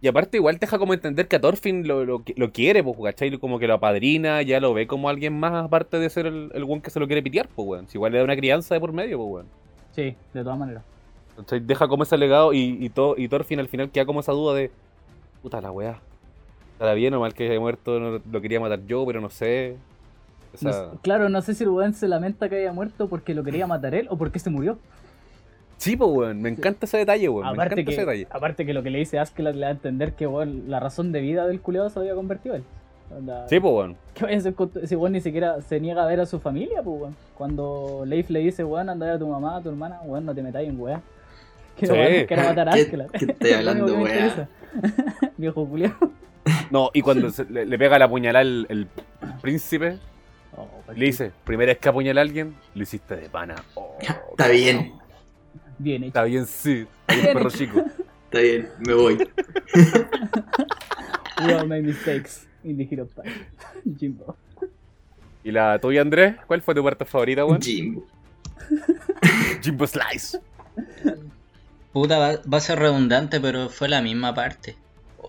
[SPEAKER 2] Y aparte, igual te deja como entender que a Thorfinn lo, lo, qui- lo quiere, pues, ¿cachai? Como que lo apadrina, ya lo ve como alguien más, aparte de ser el, el weón que se lo quiere pitear, pues, weón. Si igual le da una crianza de por medio, pues, weón.
[SPEAKER 4] Sí, de todas maneras.
[SPEAKER 2] ¿Cachai? Deja como ese legado y, y, to- y Thorfinn al final queda como esa duda de. Puta la weá. Estará bien o mal que haya muerto, no lo quería matar yo, pero no sé. O sea,
[SPEAKER 4] No sé- claro, no sé si el weón se lamenta que haya muerto porque lo quería matar él o porque se murió.
[SPEAKER 2] Sí, pues, weón. Me encanta ese detalle, weón. Pues Me
[SPEAKER 4] Aparte
[SPEAKER 2] encanta ese
[SPEAKER 4] que,
[SPEAKER 2] detalle.
[SPEAKER 4] aparte que lo que le dice Askeladd le da a entender que weón, la razón de vida del culiado se había convertido él. Onda,
[SPEAKER 2] Sí, pues, weón.
[SPEAKER 4] ¿Qué vaya a hacer con tu- ese weón ni siquiera se niega a ver a su familia, pues weón? Cuando Leif le dice, weón, anda a ver a tu mamá, a tu hermana, weón, no te metáis en weá. Que
[SPEAKER 2] Sí.
[SPEAKER 4] lo van a buscar a matar a
[SPEAKER 3] ¿Qué-
[SPEAKER 4] Askeladd.
[SPEAKER 3] qué
[SPEAKER 4] Lo
[SPEAKER 3] estoy
[SPEAKER 4] único
[SPEAKER 3] hablando,
[SPEAKER 4] que me
[SPEAKER 3] weá?
[SPEAKER 4] interesa. Viejo culiao.
[SPEAKER 2] No, y cuando se- le, le pega la puñalada el- el príncipe,
[SPEAKER 4] Oh, weón.
[SPEAKER 2] Le dice, primera vez que apuñalé a alguien, lo hiciste de pana. Oh,
[SPEAKER 3] Está bien,
[SPEAKER 4] Bien hecho.
[SPEAKER 2] Está bien, sí. Está bien,
[SPEAKER 4] Bien
[SPEAKER 2] perro
[SPEAKER 4] hecho.
[SPEAKER 2] chico.
[SPEAKER 3] está bien, me voy.
[SPEAKER 4] We all made mistakes in the hero pack. Jimbo.
[SPEAKER 2] ¿Y la tuya, Andrés? ¿Cuál fue tu parte favorita, weón?
[SPEAKER 3] Jimbo.
[SPEAKER 2] Jimbo Slice.
[SPEAKER 1] Puta, va, va a ser redundante, pero fue la misma parte.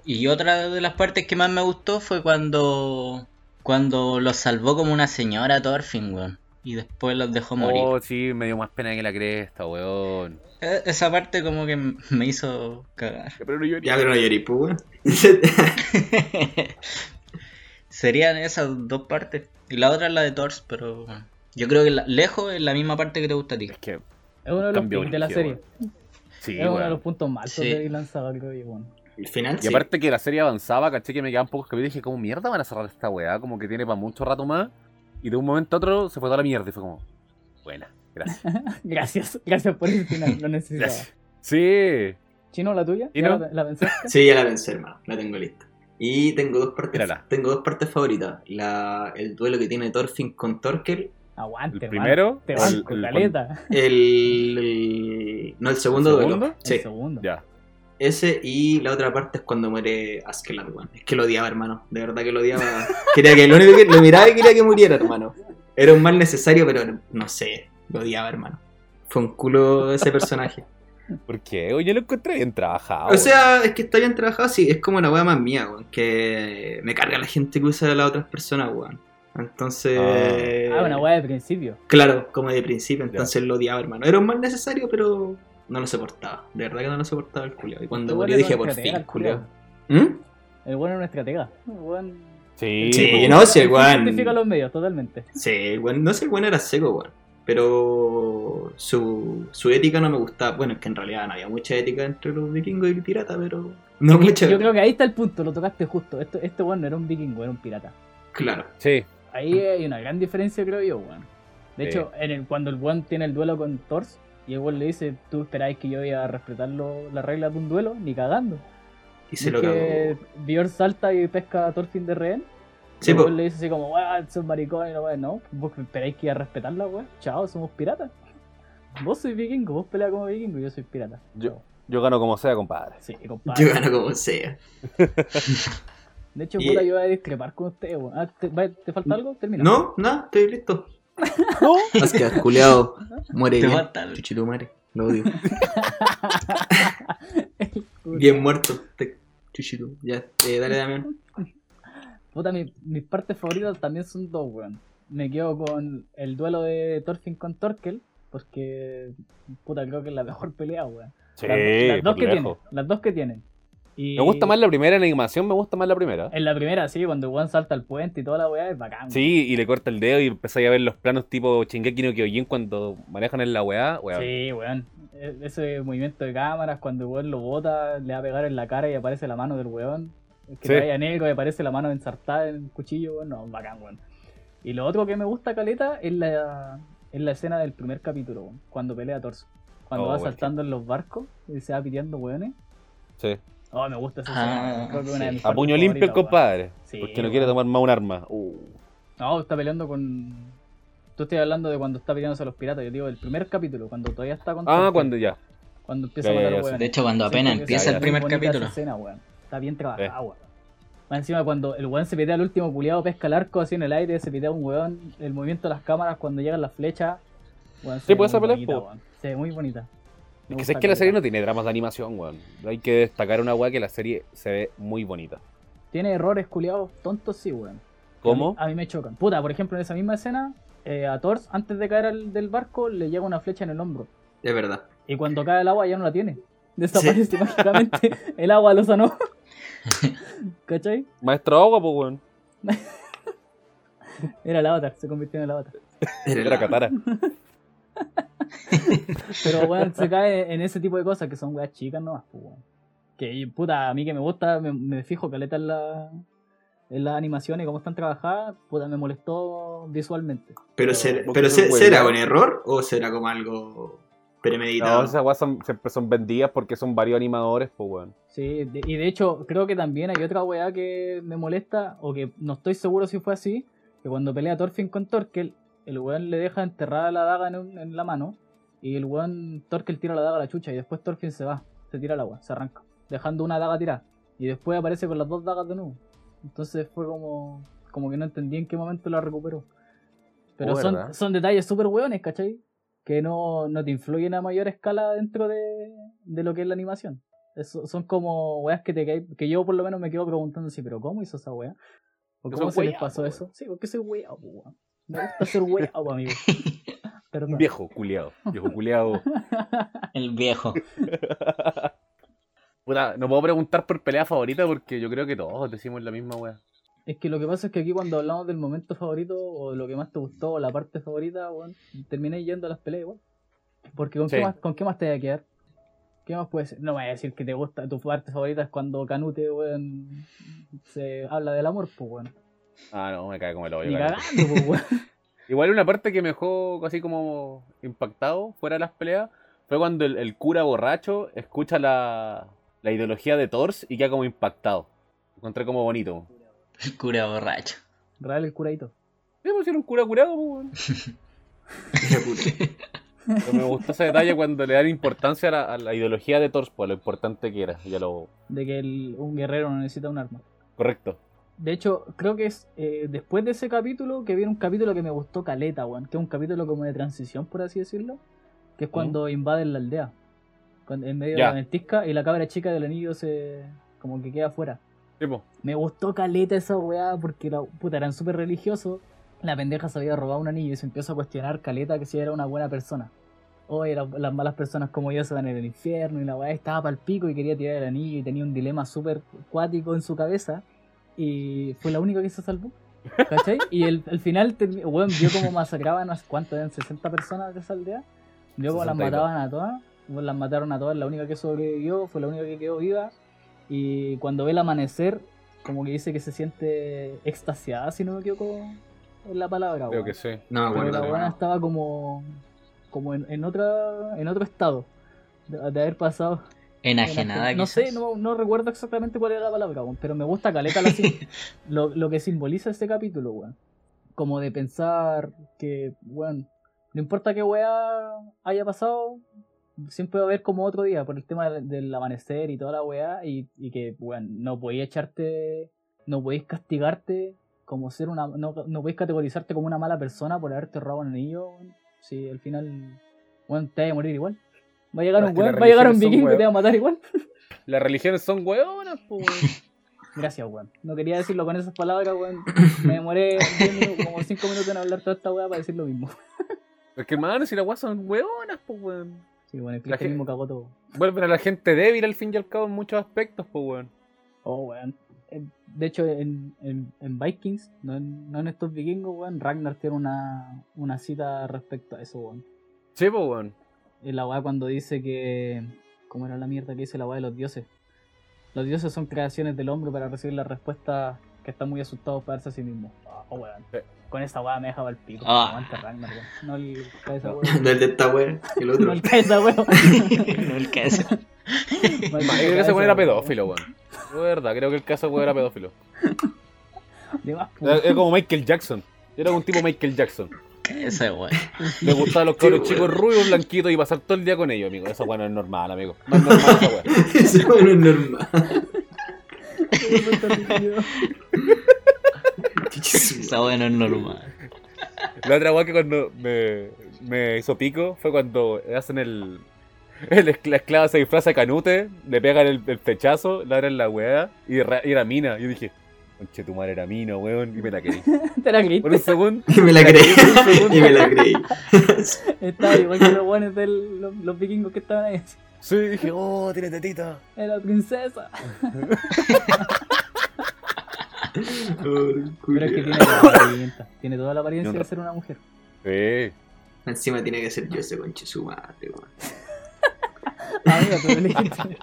[SPEAKER 1] Y otra de las partes que más me gustó fue cuando. Cuando los salvó como una señora Thorfinn, weón. Y después los dejó morir.
[SPEAKER 2] Oh, sí, me dio más pena que la cresta, weón.
[SPEAKER 1] E- Esa parte como que m- me hizo cagar.
[SPEAKER 2] Pero no lloré.
[SPEAKER 3] Ya, pero no lloré, pues, weón.
[SPEAKER 1] Serían esas dos partes. Y la otra es la de Thors, pero bueno. Yo creo que la- lejos es la misma parte que te gusta a ti.
[SPEAKER 2] Es que,
[SPEAKER 4] Es uno de los
[SPEAKER 2] Cambio
[SPEAKER 4] picks de la
[SPEAKER 2] brígido,
[SPEAKER 4] serie.
[SPEAKER 2] sí,
[SPEAKER 4] es uno de los
[SPEAKER 2] weón.
[SPEAKER 4] puntos más altos
[SPEAKER 1] Sí.
[SPEAKER 4] de Dylan Saga, creo yo, weón.
[SPEAKER 3] El final,
[SPEAKER 2] Y
[SPEAKER 3] sí.
[SPEAKER 2] aparte que la serie avanzaba, caché que me quedaban pocos capítulos y dije, ¿cómo mierda van a cerrar esta weá? Como que tiene para mucho rato más. Y de un momento a otro se fue toda la mierda y fue como, buena, gracias.
[SPEAKER 4] Gracias, gracias por el final, lo necesitaba.
[SPEAKER 2] Gracias. Sí,
[SPEAKER 4] Chino, la tuya, ¿Ya
[SPEAKER 2] Chino.
[SPEAKER 4] la, la pensaste.
[SPEAKER 3] Sí, ya la pensé, hermano. La tengo lista. Y tengo dos partes.
[SPEAKER 2] Mírala.
[SPEAKER 3] Tengo dos partes favoritas. La, el duelo que tiene Thorfinn con Torkel.
[SPEAKER 4] Aguante,
[SPEAKER 2] el
[SPEAKER 4] hermano.
[SPEAKER 2] primero.
[SPEAKER 4] Te
[SPEAKER 2] o
[SPEAKER 4] vas
[SPEAKER 2] el-
[SPEAKER 4] con
[SPEAKER 2] el-
[SPEAKER 4] caleta.
[SPEAKER 3] El, el- No, el segundo,
[SPEAKER 2] ¿El segundo?
[SPEAKER 3] duelo. Sí.
[SPEAKER 4] El segundo.
[SPEAKER 2] Ya.
[SPEAKER 3] Ese y la otra parte es cuando muere Askeladd, weón. Es que lo odiaba, hermano. De verdad que lo odiaba. quería que lo único que lo miraba y quería que muriera, hermano. Era un mal necesario, pero no sé. Lo odiaba, hermano. Fue un culo ese personaje.
[SPEAKER 2] ¿Por qué? Oye, lo encontré bien trabajado.
[SPEAKER 3] o sea, es que está bien trabajado, sí. Es como una weá más mía, weón. Que me carga la gente que usa a las otras personas, weón. Entonces.
[SPEAKER 2] Ah.
[SPEAKER 4] Ah,
[SPEAKER 3] Eh,
[SPEAKER 4] una weá de principio.
[SPEAKER 3] Claro, como de principio, entonces lo odiaba, hermano. Era un mal necesario, pero no lo soportaba. De verdad que no lo soportaba el culiao. Y cuando
[SPEAKER 4] El
[SPEAKER 3] murió
[SPEAKER 4] weón era
[SPEAKER 3] dije,
[SPEAKER 4] un
[SPEAKER 3] por
[SPEAKER 4] estratega,
[SPEAKER 3] fin,
[SPEAKER 4] el
[SPEAKER 3] culiao.
[SPEAKER 4] culiao.
[SPEAKER 3] ¿Mm?
[SPEAKER 4] El bueno es un estratega. El buen...
[SPEAKER 2] Sí,
[SPEAKER 3] Sí,
[SPEAKER 2] pues,
[SPEAKER 3] no, sí, el weón.
[SPEAKER 4] Justifica los medios, totalmente.
[SPEAKER 3] Sí, el weón- no sé, el weón era seco, weón. Pero su, su ética no me gustaba. Bueno, es que en realidad no había mucha ética entre los vikingos y piratas, pero. No mucha.
[SPEAKER 4] Yo creo que ahí está el punto, lo tocaste justo. Esto, este weón no era un vikingo, era un pirata.
[SPEAKER 3] Claro.
[SPEAKER 2] Sí,
[SPEAKER 4] Ahí hay una gran diferencia, creo yo, weón. De
[SPEAKER 2] Sí.
[SPEAKER 4] hecho, en el, cuando el weón tiene el duelo con Thors y el weón le dice, tú esperáis que yo voy a respetar lo- las reglas de un duelo, ni cagando.
[SPEAKER 3] Y
[SPEAKER 4] Y
[SPEAKER 3] se lo
[SPEAKER 4] que
[SPEAKER 3] cagó.
[SPEAKER 4] Bjorn salta y pesca a Thorfinn de rehén.
[SPEAKER 3] Sí,
[SPEAKER 4] el
[SPEAKER 3] po.
[SPEAKER 4] weón le dice así como, weón, sos maricón y la weón, no, vos esperáis que iba a respetarla, weón. Chao, somos piratas. Vos sois vikingo, vos peleas como vikingo, yo soy pirata.
[SPEAKER 2] yo, yo gano como sea, compadre.
[SPEAKER 4] Sí, compadre.
[SPEAKER 3] Yo gano como sea.
[SPEAKER 4] De hecho,
[SPEAKER 3] Y-
[SPEAKER 4] puta, yo voy a discrepar con ustedes, weón. Ah, ¿te, va- ¿te falta algo? Termina.
[SPEAKER 3] No, nada, estoy listo. Más que culiado. Muere
[SPEAKER 1] Te
[SPEAKER 3] ya.
[SPEAKER 1] matan.
[SPEAKER 3] Chuchitumare. Lo odio.
[SPEAKER 4] Puta.
[SPEAKER 3] Bien muerto. Te... Chuchitum. Ya, eh, dale, Damián.
[SPEAKER 4] Puta, mi- mis partes favoritas también son dos, weón. Me quedo con el duelo de Thorfinn con Torkel, porque puta, creo que es la mejor pelea, weón.
[SPEAKER 2] Sí,
[SPEAKER 4] las, las dos
[SPEAKER 2] por
[SPEAKER 4] que
[SPEAKER 2] lejos.
[SPEAKER 4] tienen, las dos que tienen. Y Eh,
[SPEAKER 2] Me gusta más la primera, la animación me gusta más la primera.
[SPEAKER 4] En la primera, sí, cuando Juan salta al puente y toda la weá es bacán.
[SPEAKER 2] Sí, y le corta el dedo y empezáis a ver los planos tipo Shingeki no Kyojin cuando manejan en la weá. weá.
[SPEAKER 4] weón. Sí, weón. E- Ese movimiento de cámaras, cuando el weón lo bota, le va a pegar en la cara y aparece la mano del weón. Que
[SPEAKER 2] Sí.
[SPEAKER 4] trae a negro y aparece la mano ensartada en el cuchillo, weón. No, bacán, weón. Y lo otro que me gusta, Caleta, es la, es la escena del primer capítulo, weón, cuando pelea Torso. Cuando
[SPEAKER 2] Oh,
[SPEAKER 4] va
[SPEAKER 2] weón,
[SPEAKER 4] saltando en los barcos y se va piteando weones.
[SPEAKER 2] Sí.
[SPEAKER 4] Oh, me gusta esa
[SPEAKER 1] Ah,
[SPEAKER 4] escena. weón. Creo que es una de
[SPEAKER 1] sí.
[SPEAKER 4] mis
[SPEAKER 2] A
[SPEAKER 4] partes
[SPEAKER 2] puño limpio el
[SPEAKER 4] favoritas, weón.
[SPEAKER 2] compadre.
[SPEAKER 4] Sí,
[SPEAKER 2] porque no quiere
[SPEAKER 4] weón.
[SPEAKER 2] tomar más un arma. Uh.
[SPEAKER 4] No, está peleando con. Tú estás hablando de cuando está peleándose a los piratas. Yo digo, el primer capítulo, cuando todavía está con.
[SPEAKER 2] Ah,
[SPEAKER 4] Torque,
[SPEAKER 2] cuando ya.
[SPEAKER 4] Cuando
[SPEAKER 2] Ya,
[SPEAKER 4] empieza a
[SPEAKER 2] ya,
[SPEAKER 4] matar
[SPEAKER 2] ya,
[SPEAKER 4] hueones.
[SPEAKER 1] De hecho, cuando
[SPEAKER 4] Siento
[SPEAKER 1] apenas
[SPEAKER 4] que
[SPEAKER 1] empieza
[SPEAKER 4] esa-
[SPEAKER 2] ya,
[SPEAKER 1] el
[SPEAKER 2] ya.
[SPEAKER 4] es
[SPEAKER 1] primer
[SPEAKER 4] bonita esa
[SPEAKER 1] capítulo.
[SPEAKER 4] escena, weón. Está bien trabajada, weón. Más encima, cuando el weón se pitea al último culiado, pesca el arco así en el aire, se pitea un weón. El movimiento de las cámaras cuando llegan las flechas. Weón, se
[SPEAKER 2] Sí,
[SPEAKER 4] ve
[SPEAKER 2] pues
[SPEAKER 4] muy
[SPEAKER 2] esa pelea,
[SPEAKER 4] bonita,
[SPEAKER 2] po.
[SPEAKER 4] weón. Se ve muy bonita. Me
[SPEAKER 2] Es que
[SPEAKER 4] gusta
[SPEAKER 2] sé que la serie
[SPEAKER 4] caleta.
[SPEAKER 2] no tiene dramas de animación, weón. Hay que destacar una weá que la serie se ve muy bonita.
[SPEAKER 4] Tiene errores culiados tontos, sí, weón.
[SPEAKER 2] ¿Cómo?
[SPEAKER 4] A mí me chocan. Puta, por ejemplo, en esa misma escena, eh, a Thor, antes de caer al- del barco, le llega una flecha en el hombro.
[SPEAKER 3] Es verdad.
[SPEAKER 4] Y cuando cae el agua ya no la tiene. Desaparece mágicamente. El agua lo sanó. ¿Cachai?
[SPEAKER 2] Maestro agua, pues weón.
[SPEAKER 4] Era el avatar, se convirtió en el avatar.
[SPEAKER 3] Era
[SPEAKER 2] Era
[SPEAKER 3] la-
[SPEAKER 2] Katara.
[SPEAKER 4] Pero bueno, se cae en ese tipo de cosas que son weas chicas nomás, pues, weón. Que puta, a mí que me gusta, me, me fijo caleta en, la, en las animaciones, cómo están trabajadas, puta, me molestó visualmente.
[SPEAKER 3] Pero, se-
[SPEAKER 2] Vos
[SPEAKER 3] pero
[SPEAKER 2] sos
[SPEAKER 3] se-
[SPEAKER 2] un
[SPEAKER 3] ¿será
[SPEAKER 2] hueveo.
[SPEAKER 3] un error o será como algo premeditado?
[SPEAKER 2] No, esas weas son- siempre son vendidas porque son varios animadores, pues weón.
[SPEAKER 4] Sí, de- y de hecho, creo que también hay otra weá que me molesta, o que no estoy seguro si fue así, que cuando pelea Thorfinn con Torkel, el weón le deja enterrada la daga en, un- en la mano, y el weón Torkel tira la daga a la chucha, y después Thorfinn se va, se tira al agua, se arranca, dejando una daga tirada, y después aparece con las dos dagas de nuevo. Entonces fue como, como que no entendí en qué momento la recuperó. Pero
[SPEAKER 2] Oh, ¿verdad?
[SPEAKER 4] son, son detalles súper weones, ¿cachai? Que no, no te influyen a mayor escala dentro de, de lo que es la animación. Es- son como weas que te cae- que yo por lo menos me quedo preguntando si, pero ¿cómo hizo esa wea? ¿O
[SPEAKER 2] Yo
[SPEAKER 4] cómo
[SPEAKER 2] soy
[SPEAKER 4] se les
[SPEAKER 2] weao,
[SPEAKER 4] pasó
[SPEAKER 2] po,
[SPEAKER 4] eso? Sí, porque soy weao, po, weón. Me gusta ser weao, amigo. Perdón.
[SPEAKER 2] Un viejo culiado. Viejo culiado.
[SPEAKER 1] El viejo.
[SPEAKER 2] Puta, no puedo preguntar por pelea favorita porque yo creo que todos decimos la misma weá.
[SPEAKER 4] Es que lo que pasa es que aquí cuando hablamos del momento favorito, o lo que más te gustó, o la parte favorita, weón, terminé yendo a las peleas igual. Porque ¿con,
[SPEAKER 2] Sí.
[SPEAKER 4] qué más, ¿con qué más te vas a quedar? ¿Qué más puedes No me voy a decir que te gusta, tu parte favorita es cuando Canute, weón, se habla del amor, pues, weón.
[SPEAKER 2] Ah, no, me cae como el hoyo.
[SPEAKER 4] Ni
[SPEAKER 2] cabrón.
[SPEAKER 4] cagando, pues, weón.
[SPEAKER 2] Igual una parte que me dejó así como impactado fuera de las peleas fue cuando el, el cura borracho escucha la, la ideología de Thors y queda como impactado. Encontré como bonito.
[SPEAKER 1] El cura borracho.
[SPEAKER 4] Real el curadito.
[SPEAKER 2] Sí, pues, era un cura curado, pues, weón.
[SPEAKER 3] Era puro.
[SPEAKER 2] Pero me gustó ese detalle cuando le dan importancia a la, a la ideología de Thors, pues a lo importante que era. Ya lo.
[SPEAKER 4] De que el- un guerrero no necesita un arma.
[SPEAKER 2] Correcto.
[SPEAKER 4] De hecho, creo que es eh, después de ese capítulo que viene un capítulo que me gustó caleta, weón. Que es un capítulo como de transición, por así decirlo. Que es cuando invaden la aldea. cuando- en medio
[SPEAKER 2] Ya.
[SPEAKER 4] de la ventisca y la cabra chica del anillo se... como que queda afuera.
[SPEAKER 2] Sí, pues.
[SPEAKER 4] Me gustó caleta esa weá porque la puta eran súper religiosos. La pendeja se había robado un anillo y se empezó a cuestionar caleta que si era una buena persona. Oye, la- las malas personas como yo se van en el infierno y la weá estaba pa'l pico y quería tirar el anillo y tenía un dilema súper cuático en su cabeza. Y fue la única que se salvó. ¿Cachai? Y el, el final, termi- weón, vio como masacraban a cuánto eran 60 personas de esa aldea. Vio como las
[SPEAKER 2] 62.
[SPEAKER 4] mataban a todas. weón, Las mataron a todas. La única que sobrevivió fue la única que quedó viva. Y cuando ve el amanecer, como que dice que se siente extasiada, si no me equivoco, es la palabra.
[SPEAKER 2] Creo
[SPEAKER 4] weón.
[SPEAKER 2] que sí.
[SPEAKER 3] No me
[SPEAKER 4] Pero
[SPEAKER 3] acuerdo.
[SPEAKER 4] la
[SPEAKER 3] weón.
[SPEAKER 4] buena estaba como, como en, en otra, en otro estado de, de haber pasado.
[SPEAKER 1] Enajenada,
[SPEAKER 4] No sé,
[SPEAKER 1] quizás.
[SPEAKER 4] no, no recuerdo exactamente cuál era la palabra, weón, pero me gusta caleta la sim- lo, lo que simboliza este capítulo, weón. Como de pensar que, weón, no importa qué weá haya pasado, siempre va a haber como otro día por el tema del, del amanecer y toda la weá, y, y que, weón, no podéis echarte, no podéis castigarte como ser una, no, no podéis categorizarte como una mala persona por haberte robado un anillo, weón. Si al final, weón, te vas a morir igual. Va a llegar
[SPEAKER 2] Pero es
[SPEAKER 4] un
[SPEAKER 2] que
[SPEAKER 4] weón,
[SPEAKER 2] las
[SPEAKER 4] va a llegar un
[SPEAKER 2] religiones son
[SPEAKER 4] vikingo que te va a
[SPEAKER 2] weón.
[SPEAKER 4] matar igual.
[SPEAKER 2] Las religiones son hueonas, po, weón.
[SPEAKER 4] Gracias, weón. No quería decirlo con esas palabras, weón. Me demoré 10 minutos, como 5 minutos en hablar toda esta weá para decir lo mismo.
[SPEAKER 2] Es que, hermano, si las weas son hueonas, po, weón.
[SPEAKER 4] Sí, bueno, el
[SPEAKER 2] La gente-
[SPEAKER 4] cristianismo este cagó todo.
[SPEAKER 2] Vuelven a la gente débil al fin y al cabo en muchos aspectos, po, weón.
[SPEAKER 4] Oh, weón. Eh, De hecho, en, en, en Vikings, no en, no en estos vikingos, weón, Ragnar tiene una, una cita respecto a eso, weón.
[SPEAKER 2] Sí, po, weón.
[SPEAKER 4] En la weá cuando dice que. ¿Cómo era la mierda que dice la weá de los dioses? Los dioses son creaciones del hombre para recibir la respuesta que está muy asustado para darse a sí mismo. Oh, weón.
[SPEAKER 2] Sí.
[SPEAKER 4] Con esa weá me dejaba el pico.
[SPEAKER 1] Ah.
[SPEAKER 4] Aguanta Ragnar, weón. No le cae esa
[SPEAKER 2] No.
[SPEAKER 4] weá.
[SPEAKER 3] No el de esta wea, el
[SPEAKER 4] No
[SPEAKER 3] otro.
[SPEAKER 4] le cae esa weá.
[SPEAKER 1] Nunca eso.
[SPEAKER 2] Yo creo que ese weón era pedófilo, weón. Yo, de verdad, creo que el caso weón era pedófilo.
[SPEAKER 4] De
[SPEAKER 2] Era,
[SPEAKER 4] más, pues.
[SPEAKER 2] era como Michael Jackson. Era un tipo Michael Jackson.
[SPEAKER 1] Ese weón.
[SPEAKER 2] Le gustaban los
[SPEAKER 3] Sí,
[SPEAKER 2] cabros
[SPEAKER 3] weón.
[SPEAKER 2] chicos rubios, blanquitos y pasar todo el día con ellos, amigo. Eso, weón, no es normal, amigo. No es normal esa weón.
[SPEAKER 3] Ese weón es normal.
[SPEAKER 1] Esa weón no es normal.
[SPEAKER 2] La otra weá que cuando me, me hizo pico fue cuando hacen el. el escl- la esclava se disfraza de canute, le pegan el, el fechazo, le abren la weá y, ra- y era mina. Yo dije, conche tu madre era mina, weón, y me la creí.
[SPEAKER 4] Te la
[SPEAKER 2] Por un
[SPEAKER 4] creíste.
[SPEAKER 2] segundo,
[SPEAKER 3] Y me la creí. Y me la creí.
[SPEAKER 4] Estaba igual que los guanes de los, los vikingos que estaban ahí.
[SPEAKER 2] sí, dije, oh, tiene tetita.
[SPEAKER 4] Era princesa.
[SPEAKER 3] Oh,
[SPEAKER 4] Pero es que
[SPEAKER 3] culiao.
[SPEAKER 4] tiene toda la apariencia. Tiene toda la apariencia
[SPEAKER 2] Y un
[SPEAKER 4] de
[SPEAKER 2] ra-
[SPEAKER 4] ser una mujer.
[SPEAKER 2] Sí.
[SPEAKER 3] Encima tiene que ser yo ese conche su madre, weón.
[SPEAKER 4] Amiga, tú lo elegiste.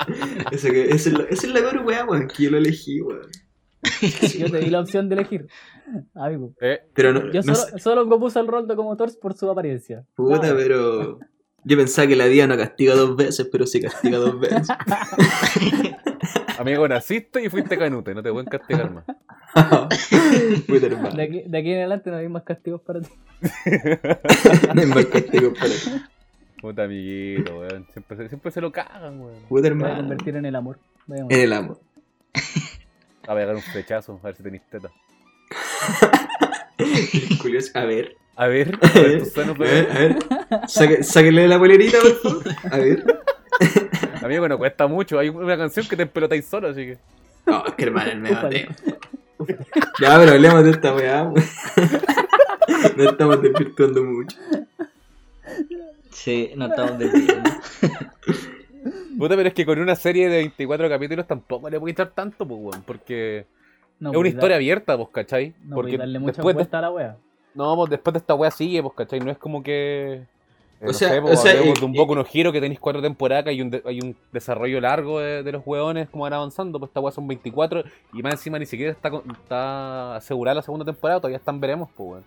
[SPEAKER 3] Ese que- esa es la- esa es la peor weá, weón, que yo lo elegí, weón.
[SPEAKER 4] Yo te di la opción de elegir. Amigo.
[SPEAKER 2] Eh,
[SPEAKER 3] Pero no,
[SPEAKER 4] Yo
[SPEAKER 3] no
[SPEAKER 4] solo, solo propuse al Roldo como Thor por su apariencia.
[SPEAKER 3] Puta,
[SPEAKER 4] Nada.
[SPEAKER 3] pero. Yo pensaba que la vida no castiga dos veces, pero sí castiga dos veces.
[SPEAKER 2] amigo, naciste y fuiste canute, no te pueden castigar más.
[SPEAKER 3] Puta,
[SPEAKER 4] De
[SPEAKER 3] hermano.
[SPEAKER 4] aquí, de aquí en adelante no hay más castigos para ti.
[SPEAKER 3] No hay más castigo para ti.
[SPEAKER 2] Puta amiguito, weón. Siempre, se- siempre se lo cagan, weón.
[SPEAKER 3] Puta,
[SPEAKER 4] Me voy a
[SPEAKER 3] hermano.
[SPEAKER 4] convertir en el amor. Vaya,
[SPEAKER 2] Eh,
[SPEAKER 3] En el amor.
[SPEAKER 2] A pegar un fechazo, a ver si tenés teta.
[SPEAKER 3] Curioso. A ver.
[SPEAKER 2] A ver, a ver, tus senos,
[SPEAKER 3] A ver,
[SPEAKER 2] bebé.
[SPEAKER 3] a ver. ¿Eh? Saque- sáquenle la bolerita, por favor. A ver.
[SPEAKER 2] Amigo, no cuesta mucho. Hay una canción que te empelotáis solo, así que.
[SPEAKER 3] No, es que hermano, me
[SPEAKER 4] Ufale.
[SPEAKER 3] mateo. Ya, pero hablemos de esta weá, weón. No estamos desvirtuando mucho.
[SPEAKER 1] Sí, no estamos despidiendo.
[SPEAKER 2] Puta, pero es que con una serie de 24 capítulos tampoco le puedo echar tanto, pues, weón. Porque es
[SPEAKER 4] No
[SPEAKER 2] una
[SPEAKER 4] voy a
[SPEAKER 2] historia
[SPEAKER 4] dar-
[SPEAKER 2] abierta, pues, ¿cachai?
[SPEAKER 4] No voy
[SPEAKER 2] porque
[SPEAKER 4] a darle mucha
[SPEAKER 2] después de,
[SPEAKER 4] vuelta a la wea.
[SPEAKER 2] no, pues, después de esta wea sigue, pues, ¿cachai? No es como que. eh,
[SPEAKER 3] O
[SPEAKER 2] no
[SPEAKER 3] sea,
[SPEAKER 2] sé,
[SPEAKER 3] o
[SPEAKER 2] pues,
[SPEAKER 3] sea, eh,
[SPEAKER 2] hablemos
[SPEAKER 3] y-
[SPEAKER 2] de un
[SPEAKER 3] y-
[SPEAKER 2] poco unos giros que tenéis cuatro temporadas, que hay un, de- hay un desarrollo largo de, de los weones, como van avanzando, pues esta wea son 24, y más encima ni siquiera está, con- está asegurada la segunda temporada, todavía están veremos, pues, weón.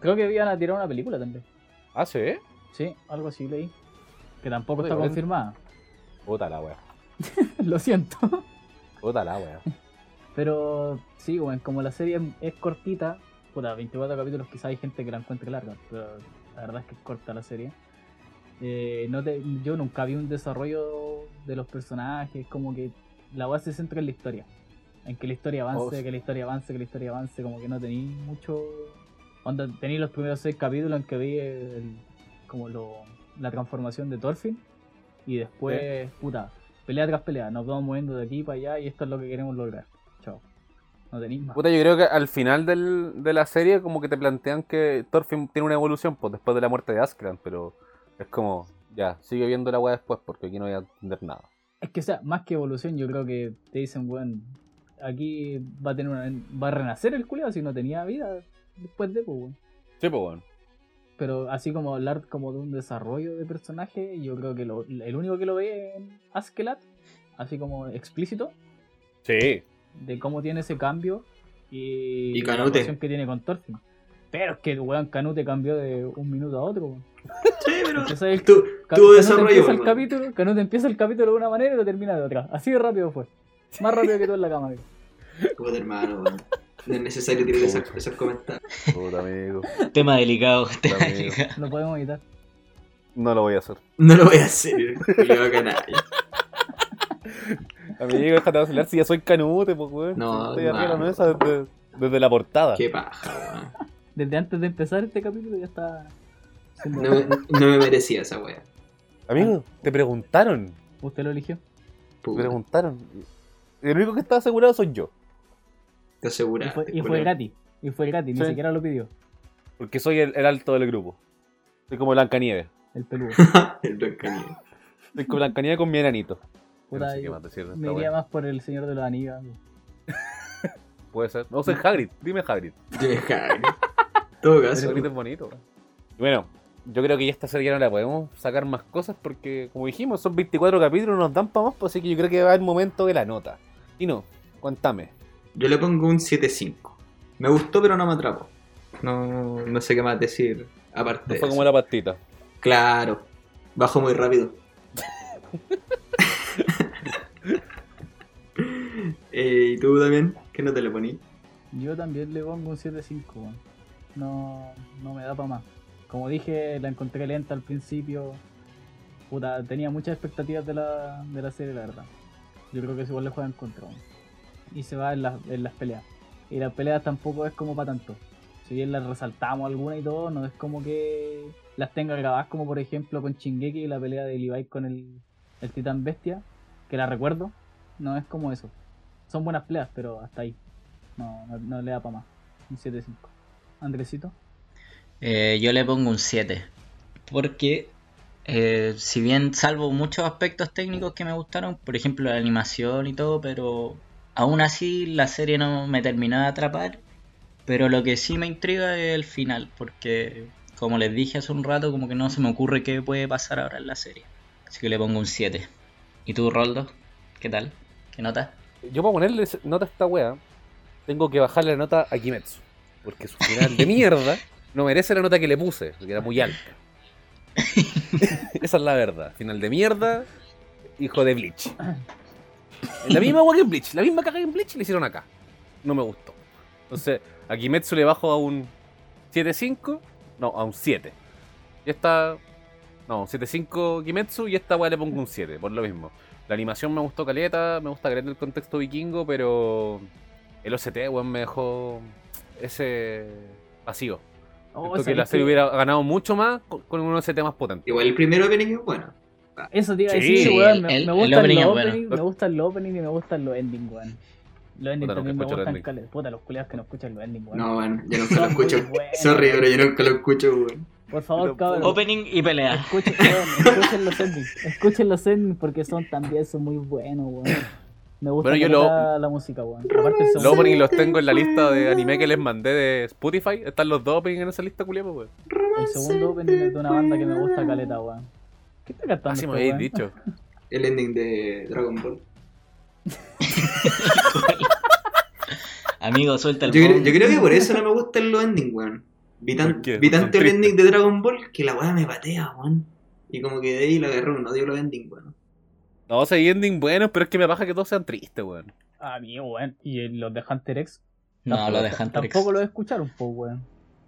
[SPEAKER 4] Creo que iban a tirar una película también.
[SPEAKER 2] Ah, sí, ¿eh?
[SPEAKER 4] Sí, algo así leí. Que tampoco
[SPEAKER 2] Muy
[SPEAKER 4] está
[SPEAKER 2] bien.
[SPEAKER 4] confirmada.
[SPEAKER 2] Puta la wea,
[SPEAKER 4] Lo siento.
[SPEAKER 2] puta la wea.
[SPEAKER 4] Pero sí, bueno, como la serie es cortita, puta, 24 capítulos, quizá hay gente que la encuentre larga, pero la verdad es que es corta la serie. Eh, no te- yo nunca vi un desarrollo de los personajes, como que la base se centra en la historia. En que la historia avance,
[SPEAKER 2] Oh, sí.
[SPEAKER 4] que la historia avance, que la historia avance, como que no tenéis mucho... Onda, tenéis los primeros seis capítulos en que vi el- como lo, la transformación de Thorfinn y después, puta, pelea tras pelea, nos vamos moviendo de aquí para allá y esto es lo que queremos lograr. Chao. No tenéis más.
[SPEAKER 2] Puta, yo creo que al final del- de la serie como que te plantean que Thorfinn tiene una evolución pues, después de la muerte de Askren, pero es como, ya, sigue viendo la weá después porque aquí no voy a entender nada.
[SPEAKER 4] Es que, o sea, más que evolución, yo creo que te dicen, weón, aquí va a tener una, va a renacer el culiado si no tenía vida después de, pues, weón.
[SPEAKER 2] Sí, pues bueno.
[SPEAKER 4] Pero así como hablar como de un desarrollo de personaje, yo creo que lo- el único que lo ve en Askelat, así como explícito,
[SPEAKER 2] Sí.
[SPEAKER 4] de cómo tiene ese cambio y,
[SPEAKER 3] Y
[SPEAKER 4] la
[SPEAKER 3] Canute.
[SPEAKER 4] relación que tiene con Thorfinn. Pero es que el weón Canute cambió de un minuto a otro. weón.
[SPEAKER 3] Sí, pero
[SPEAKER 4] Entonces el-
[SPEAKER 3] tu,
[SPEAKER 4] Ca-
[SPEAKER 3] tuvo
[SPEAKER 4] Canute
[SPEAKER 3] desarrollo.
[SPEAKER 4] empieza el
[SPEAKER 3] weón.
[SPEAKER 4] capítulo, Canute empieza el capítulo de una manera y lo termina de otra. Así de rápido fue. Más rápido que todo en la cama. amigo.
[SPEAKER 3] Puta, hermano, weón. No es necesario tirar esos, esos comentarios.
[SPEAKER 2] Puta, amigo.
[SPEAKER 1] Tema delicado. tema
[SPEAKER 2] Amigo.
[SPEAKER 1] delicado.
[SPEAKER 4] Lo podemos evitar.
[SPEAKER 2] No lo voy a hacer.
[SPEAKER 3] No lo voy a hacer. culiao canalla.
[SPEAKER 2] Amigo, déjate vacilar si ya soy canute, pues, weón.
[SPEAKER 3] No,
[SPEAKER 2] Estoy arriba de la
[SPEAKER 3] no.
[SPEAKER 2] mesa desde, desde la portada.
[SPEAKER 3] Qué paja,
[SPEAKER 4] Desde antes de empezar este capítulo ya está.
[SPEAKER 3] weón.
[SPEAKER 4] siendo-
[SPEAKER 3] No, me- no me merecía esa wea.
[SPEAKER 2] Amigo, te preguntaron.
[SPEAKER 4] Usted lo eligió.
[SPEAKER 2] Te
[SPEAKER 3] Puta,
[SPEAKER 2] preguntaron. El único que está asegurado soy yo.
[SPEAKER 3] te
[SPEAKER 4] Y
[SPEAKER 3] aseguraste,
[SPEAKER 4] fue, y fue
[SPEAKER 3] culiao.
[SPEAKER 4] gratis. Y fue gratis,
[SPEAKER 2] Sí.
[SPEAKER 4] ni siquiera lo pidió.
[SPEAKER 2] Porque soy el, el alto del grupo. Soy como Blancanieves.
[SPEAKER 4] El peludo.
[SPEAKER 3] El blancanieves.
[SPEAKER 2] Soy como Blancanieves con mi enanito.
[SPEAKER 4] Puta,
[SPEAKER 2] no sé qué
[SPEAKER 4] yo
[SPEAKER 2] más decir de esta
[SPEAKER 4] Me iría
[SPEAKER 2] wea.
[SPEAKER 4] más por el señor de los anillos. amigo.
[SPEAKER 2] Puede ser. No soy Hagrid. Dime Hagrid.
[SPEAKER 4] Ah,
[SPEAKER 3] Jimmy Hagrid. Todo caso.
[SPEAKER 2] Hagrid es bonito. wea. Y Bueno, yo creo que ya esta serie ya no la podemos sacar más cosas porque, como dijimos, son 24 capítulos, nos dan para más, pues, así que yo creo que va el momento de la nota. Y no, cuéntame.
[SPEAKER 3] Yo le pongo un 7.5. Me gustó, pero no me atrapó. No, no sé qué más decir. Aparte
[SPEAKER 2] No
[SPEAKER 3] de
[SPEAKER 2] fue
[SPEAKER 3] eso.
[SPEAKER 2] como la pastita.
[SPEAKER 3] Claro. Bajo muy rápido. Eh, ¿Y tú también? ¿Qué no te le poní?
[SPEAKER 4] Yo también le pongo un 7.5. weón. No, no me da para más. Como dije, la encontré lenta al principio. Puta, tenía muchas expectativas de la, de la serie, la verdad. Yo creo que eso igual le juegan contra weón. Y se va en, las- en las peleas. Y las peleas tampoco es como para tanto. Si bien las resaltamos algunas y todo, no es como que las tenga grabadas, como por ejemplo con Chingeki, la pelea de Levi con el, el titán bestia, que la recuerdo. No es como eso. Son buenas peleas, pero hasta ahí. No, no, no le da para más. Un 7-5. Andresito.
[SPEAKER 1] Eh, yo le pongo un 7. Porque, eh, si bien salvo muchos aspectos técnicos que me gustaron, por ejemplo la animación y todo, pero aún así la serie no me terminó de atrapar. Pero lo que sí me intriga es el final, porque como les dije hace un rato, como que no se me ocurre qué puede pasar ahora en la serie. Así que le pongo un 7. ¿Y tú, Roldo? ¿Qué tal? ¿Qué nota?
[SPEAKER 2] Yo para ponerle nota a esta wea, tengo que bajarle la nota a Kimetsu. Porque su final de mierda no merece la nota que le puse, porque era muy alta. Esa es la verdad. Final de mierda, hijo de Bleach. La misma wea que en Bleach, la misma caga que en Bleach le hicieron acá. No me gustó. Entonces, a Kimetsu le bajo a un 7.5, no, a un 7. Y esta, no, un 7.5 Kimetsu y esta wea le pongo un 7, por lo mismo. La animación me gustó caleta, me gusta caleta el contexto vikingo, pero el OCT, weón, me dejó ese vacío.
[SPEAKER 4] Oh,
[SPEAKER 2] Siento que
[SPEAKER 4] ¿sabes
[SPEAKER 2] la serie
[SPEAKER 4] qué?
[SPEAKER 2] hubiera ganado mucho más con, con un OCT más potente.
[SPEAKER 3] Igual el primero opening es bueno.
[SPEAKER 4] Eso te iba a
[SPEAKER 2] Sí,
[SPEAKER 4] decir,
[SPEAKER 2] sí,
[SPEAKER 4] weón.
[SPEAKER 1] el-
[SPEAKER 4] Me,
[SPEAKER 1] el-
[SPEAKER 4] me
[SPEAKER 1] el
[SPEAKER 4] gustan
[SPEAKER 1] opening
[SPEAKER 4] los
[SPEAKER 1] es bueno.
[SPEAKER 4] openings, me gustan los openings y me gustan los endings, weón. Los endings
[SPEAKER 2] nunca
[SPEAKER 4] también me
[SPEAKER 2] escucho los
[SPEAKER 4] gustan
[SPEAKER 2] endings.
[SPEAKER 4] caleta. Puta, los culiados que no escuchan los endings, weón.
[SPEAKER 3] No, bueno, yo nunca lo
[SPEAKER 4] Son muy
[SPEAKER 3] escucho.
[SPEAKER 4] buenos.
[SPEAKER 3] Sorry, pero yo nunca lo escucho, weón.
[SPEAKER 4] Por favor,
[SPEAKER 2] Pero,
[SPEAKER 4] cabrón.
[SPEAKER 1] Opening y pelea.
[SPEAKER 4] Escuchen, weón, escuchen los endings. Escuchen los endings porque son también son muy buenos, weón. Me gusta
[SPEAKER 2] Bueno, yo
[SPEAKER 4] caleta la música, weón. Aparte son
[SPEAKER 2] Los openings los tengo en la lista de anime que les mandé de Spotify. Están los dos openings en esa lista, culiapo, weón.
[SPEAKER 4] El segundo opening es de una banda que me gusta caleta, weón. ¿Qué está cantando?
[SPEAKER 2] Así Ah, me
[SPEAKER 4] este
[SPEAKER 2] habéis
[SPEAKER 4] weón?
[SPEAKER 2] dicho.
[SPEAKER 3] El ending de Dragon Ball.
[SPEAKER 1] Amigo, suelta
[SPEAKER 3] Yo
[SPEAKER 1] el
[SPEAKER 3] creo,
[SPEAKER 1] bombo.
[SPEAKER 3] yo creo que por eso no me gustan los endings, weón. Vi, tan-
[SPEAKER 2] ¿Por qué?
[SPEAKER 3] vi
[SPEAKER 2] Son
[SPEAKER 3] tanto el
[SPEAKER 2] tristes.
[SPEAKER 3] ending de Dragon Ball que la weá me patea, weón. Y como que de ahí la agarró, no dio los endings, weón.
[SPEAKER 2] No, sé, hay ending buenos, pero es que me baja que todos sean tristes, weón.
[SPEAKER 4] Ah, mío, weón. Y los de Hunter X.
[SPEAKER 1] No, lo de Hunter X.
[SPEAKER 4] Tampoco lo escucharon, pues, weón.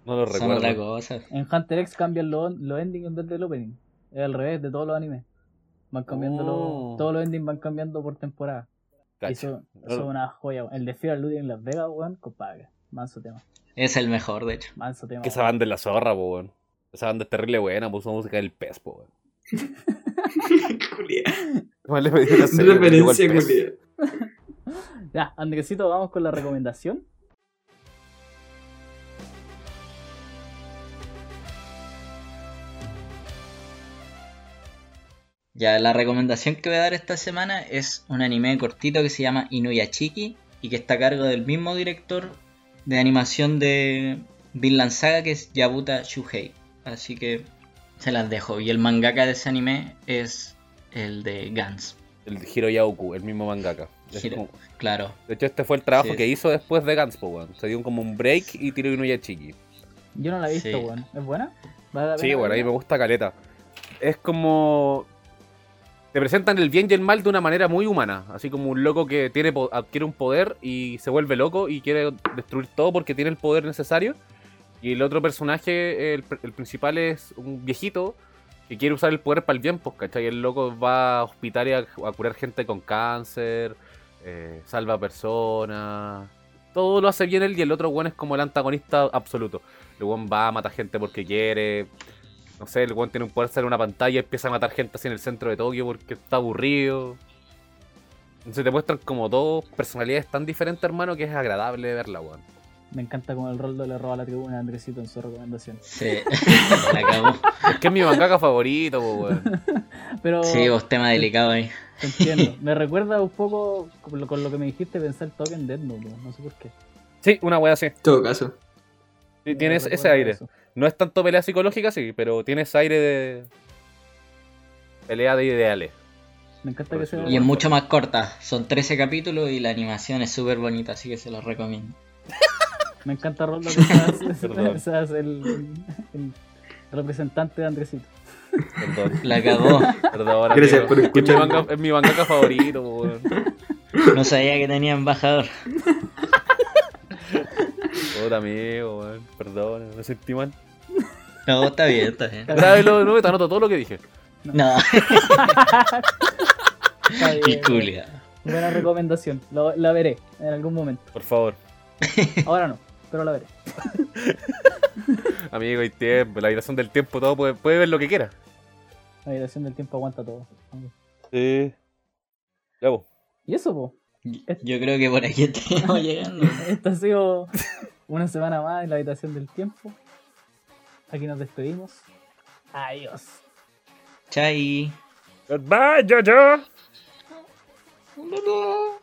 [SPEAKER 2] No lo
[SPEAKER 1] Son otra
[SPEAKER 2] recuerdo.
[SPEAKER 1] cosa.
[SPEAKER 4] En Hunter X cambian los los endings en vez del opening. Es al revés de todos los animes. Van cambiando
[SPEAKER 2] Oh.
[SPEAKER 4] los. Todos los endings van cambiando por temporada.
[SPEAKER 2] Cacha.
[SPEAKER 4] Y Eso,
[SPEAKER 2] No
[SPEAKER 4] eso es
[SPEAKER 2] lo-
[SPEAKER 4] una joya. weón. El de Fear Looting en Las Vegas, weón, compadre. Manso tema.
[SPEAKER 1] Es el mejor, de hecho.
[SPEAKER 4] Manso tema.
[SPEAKER 2] Que esa
[SPEAKER 4] weón.
[SPEAKER 2] banda es la zorra, po, weón. Esa banda es terrible buena, puso música del pez, po, weón.
[SPEAKER 3] Culia.
[SPEAKER 2] Igual le pedí una serie, pero llegó el
[SPEAKER 3] Referencia,
[SPEAKER 2] pez.
[SPEAKER 3] culia.
[SPEAKER 4] Ya, Andresito, vamos con la recomendación.
[SPEAKER 1] Ya, la recomendación que voy a dar esta semana es un anime cortito que se llama Inuyashiki y que está a cargo del mismo director de animación de Vinland Saga que es Yabuta Shuhei. Así que se las dejo. Y el mangaka de ese anime es el de Gans.
[SPEAKER 2] El Hiroyaoku, el mismo mangaka. Es
[SPEAKER 1] Hiro-
[SPEAKER 2] como-
[SPEAKER 1] Claro.
[SPEAKER 2] de hecho, este fue el trabajo
[SPEAKER 1] Sí.
[SPEAKER 2] que hizo después de Gans, po, weón. Se dio como un break y tiró Inuya Chiqui.
[SPEAKER 4] Yo no la he visto,
[SPEAKER 1] Sí.
[SPEAKER 4] weón. ¿Es buena? ¿Vale la
[SPEAKER 2] Sí,
[SPEAKER 4] pena
[SPEAKER 2] bueno, a mí
[SPEAKER 4] verla?
[SPEAKER 2] me gusta caleta. Es como. Te presentan el bien y el mal de una manera muy humana. Así como un loco que tiene, po- adquiere un poder y se vuelve loco y quiere destruir todo porque tiene el poder necesario. Y el otro personaje, el, pr- el principal, es un viejito que quiere usar el poder para el bien, pues, ¿cachai? El loco va a hospitales a, a curar gente con cáncer, eh, salva personas. Todo lo hace bien él y el otro, weón, es como el antagonista absoluto. El weón va, mata gente porque quiere. No sé, el weón tiene un poder salir una pantalla y empieza a matar gente así en el centro de Tokio porque está aburrido. Entonces te muestran como dos personalidades tan diferentes, hermano, que es agradable verla, weón.
[SPEAKER 4] Me encanta como el rol de le roba la tribuna a Andresito en su recomendación.
[SPEAKER 1] Sí. la cagó.
[SPEAKER 2] Es que es mi mangaka favorito, po, weón.
[SPEAKER 4] Pero
[SPEAKER 1] Sí, vos, tema delicado ahí.
[SPEAKER 4] te entiendo. Me recuerda un poco con lo, con lo que me dijiste pensar Token en Death Note, weón. No sé por qué.
[SPEAKER 2] Sí, una weá así.
[SPEAKER 3] En todo caso.
[SPEAKER 2] Sí,
[SPEAKER 4] Me
[SPEAKER 2] tiene ese- ese
[SPEAKER 4] recuerda
[SPEAKER 2] aire.
[SPEAKER 4] eso.
[SPEAKER 2] No es tanto pelea psicológica, sí, pero tiene ese aire de. Pelea de ideales.
[SPEAKER 4] Me encanta
[SPEAKER 2] Por
[SPEAKER 4] que
[SPEAKER 2] eso
[SPEAKER 4] sea.
[SPEAKER 2] lo
[SPEAKER 1] Y es mucho más corta. Son 13 capítulos y la animación es súper bonita, así que se los recomiendo.
[SPEAKER 4] Me encanta Roldo que seas,
[SPEAKER 2] Perdón.
[SPEAKER 4] seas el, el representante de Andresito.
[SPEAKER 2] Perdón.
[SPEAKER 1] La cagó.
[SPEAKER 2] Perdón,
[SPEAKER 3] Gracias
[SPEAKER 2] amigo.
[SPEAKER 3] por
[SPEAKER 2] Es mi
[SPEAKER 3] escucharme.
[SPEAKER 2] manga- Es mi mangaka favorito, po, weón.
[SPEAKER 1] No sabía que tenía embajador.
[SPEAKER 2] Puta amigo, weón. Perdón, me sentí mal.
[SPEAKER 1] No, está bien, está bien.
[SPEAKER 2] Grábelo de nuevo y te anoto todo lo que dije.
[SPEAKER 1] No,
[SPEAKER 4] Está bien.
[SPEAKER 1] y Julia.
[SPEAKER 4] Buena recomendación. Lo- la veré en algún momento.
[SPEAKER 2] Por favor.
[SPEAKER 4] Ahora no, pero la veré.
[SPEAKER 2] Amigo, hay tiempo. La habitación del tiempo, todo puede, puede ver lo que quiera.
[SPEAKER 4] La habitación del tiempo aguanta todo.
[SPEAKER 2] Sí. Ya, po.
[SPEAKER 4] Y eso, po.
[SPEAKER 1] Yo creo que por aquí estamos llegando.
[SPEAKER 4] Esta ha sido una semana más en la habitación del tiempo. Aquí nos despedimos. Adiós.
[SPEAKER 1] Chai.
[SPEAKER 2] Goodbye, Jojo.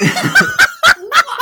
[SPEAKER 2] Ya.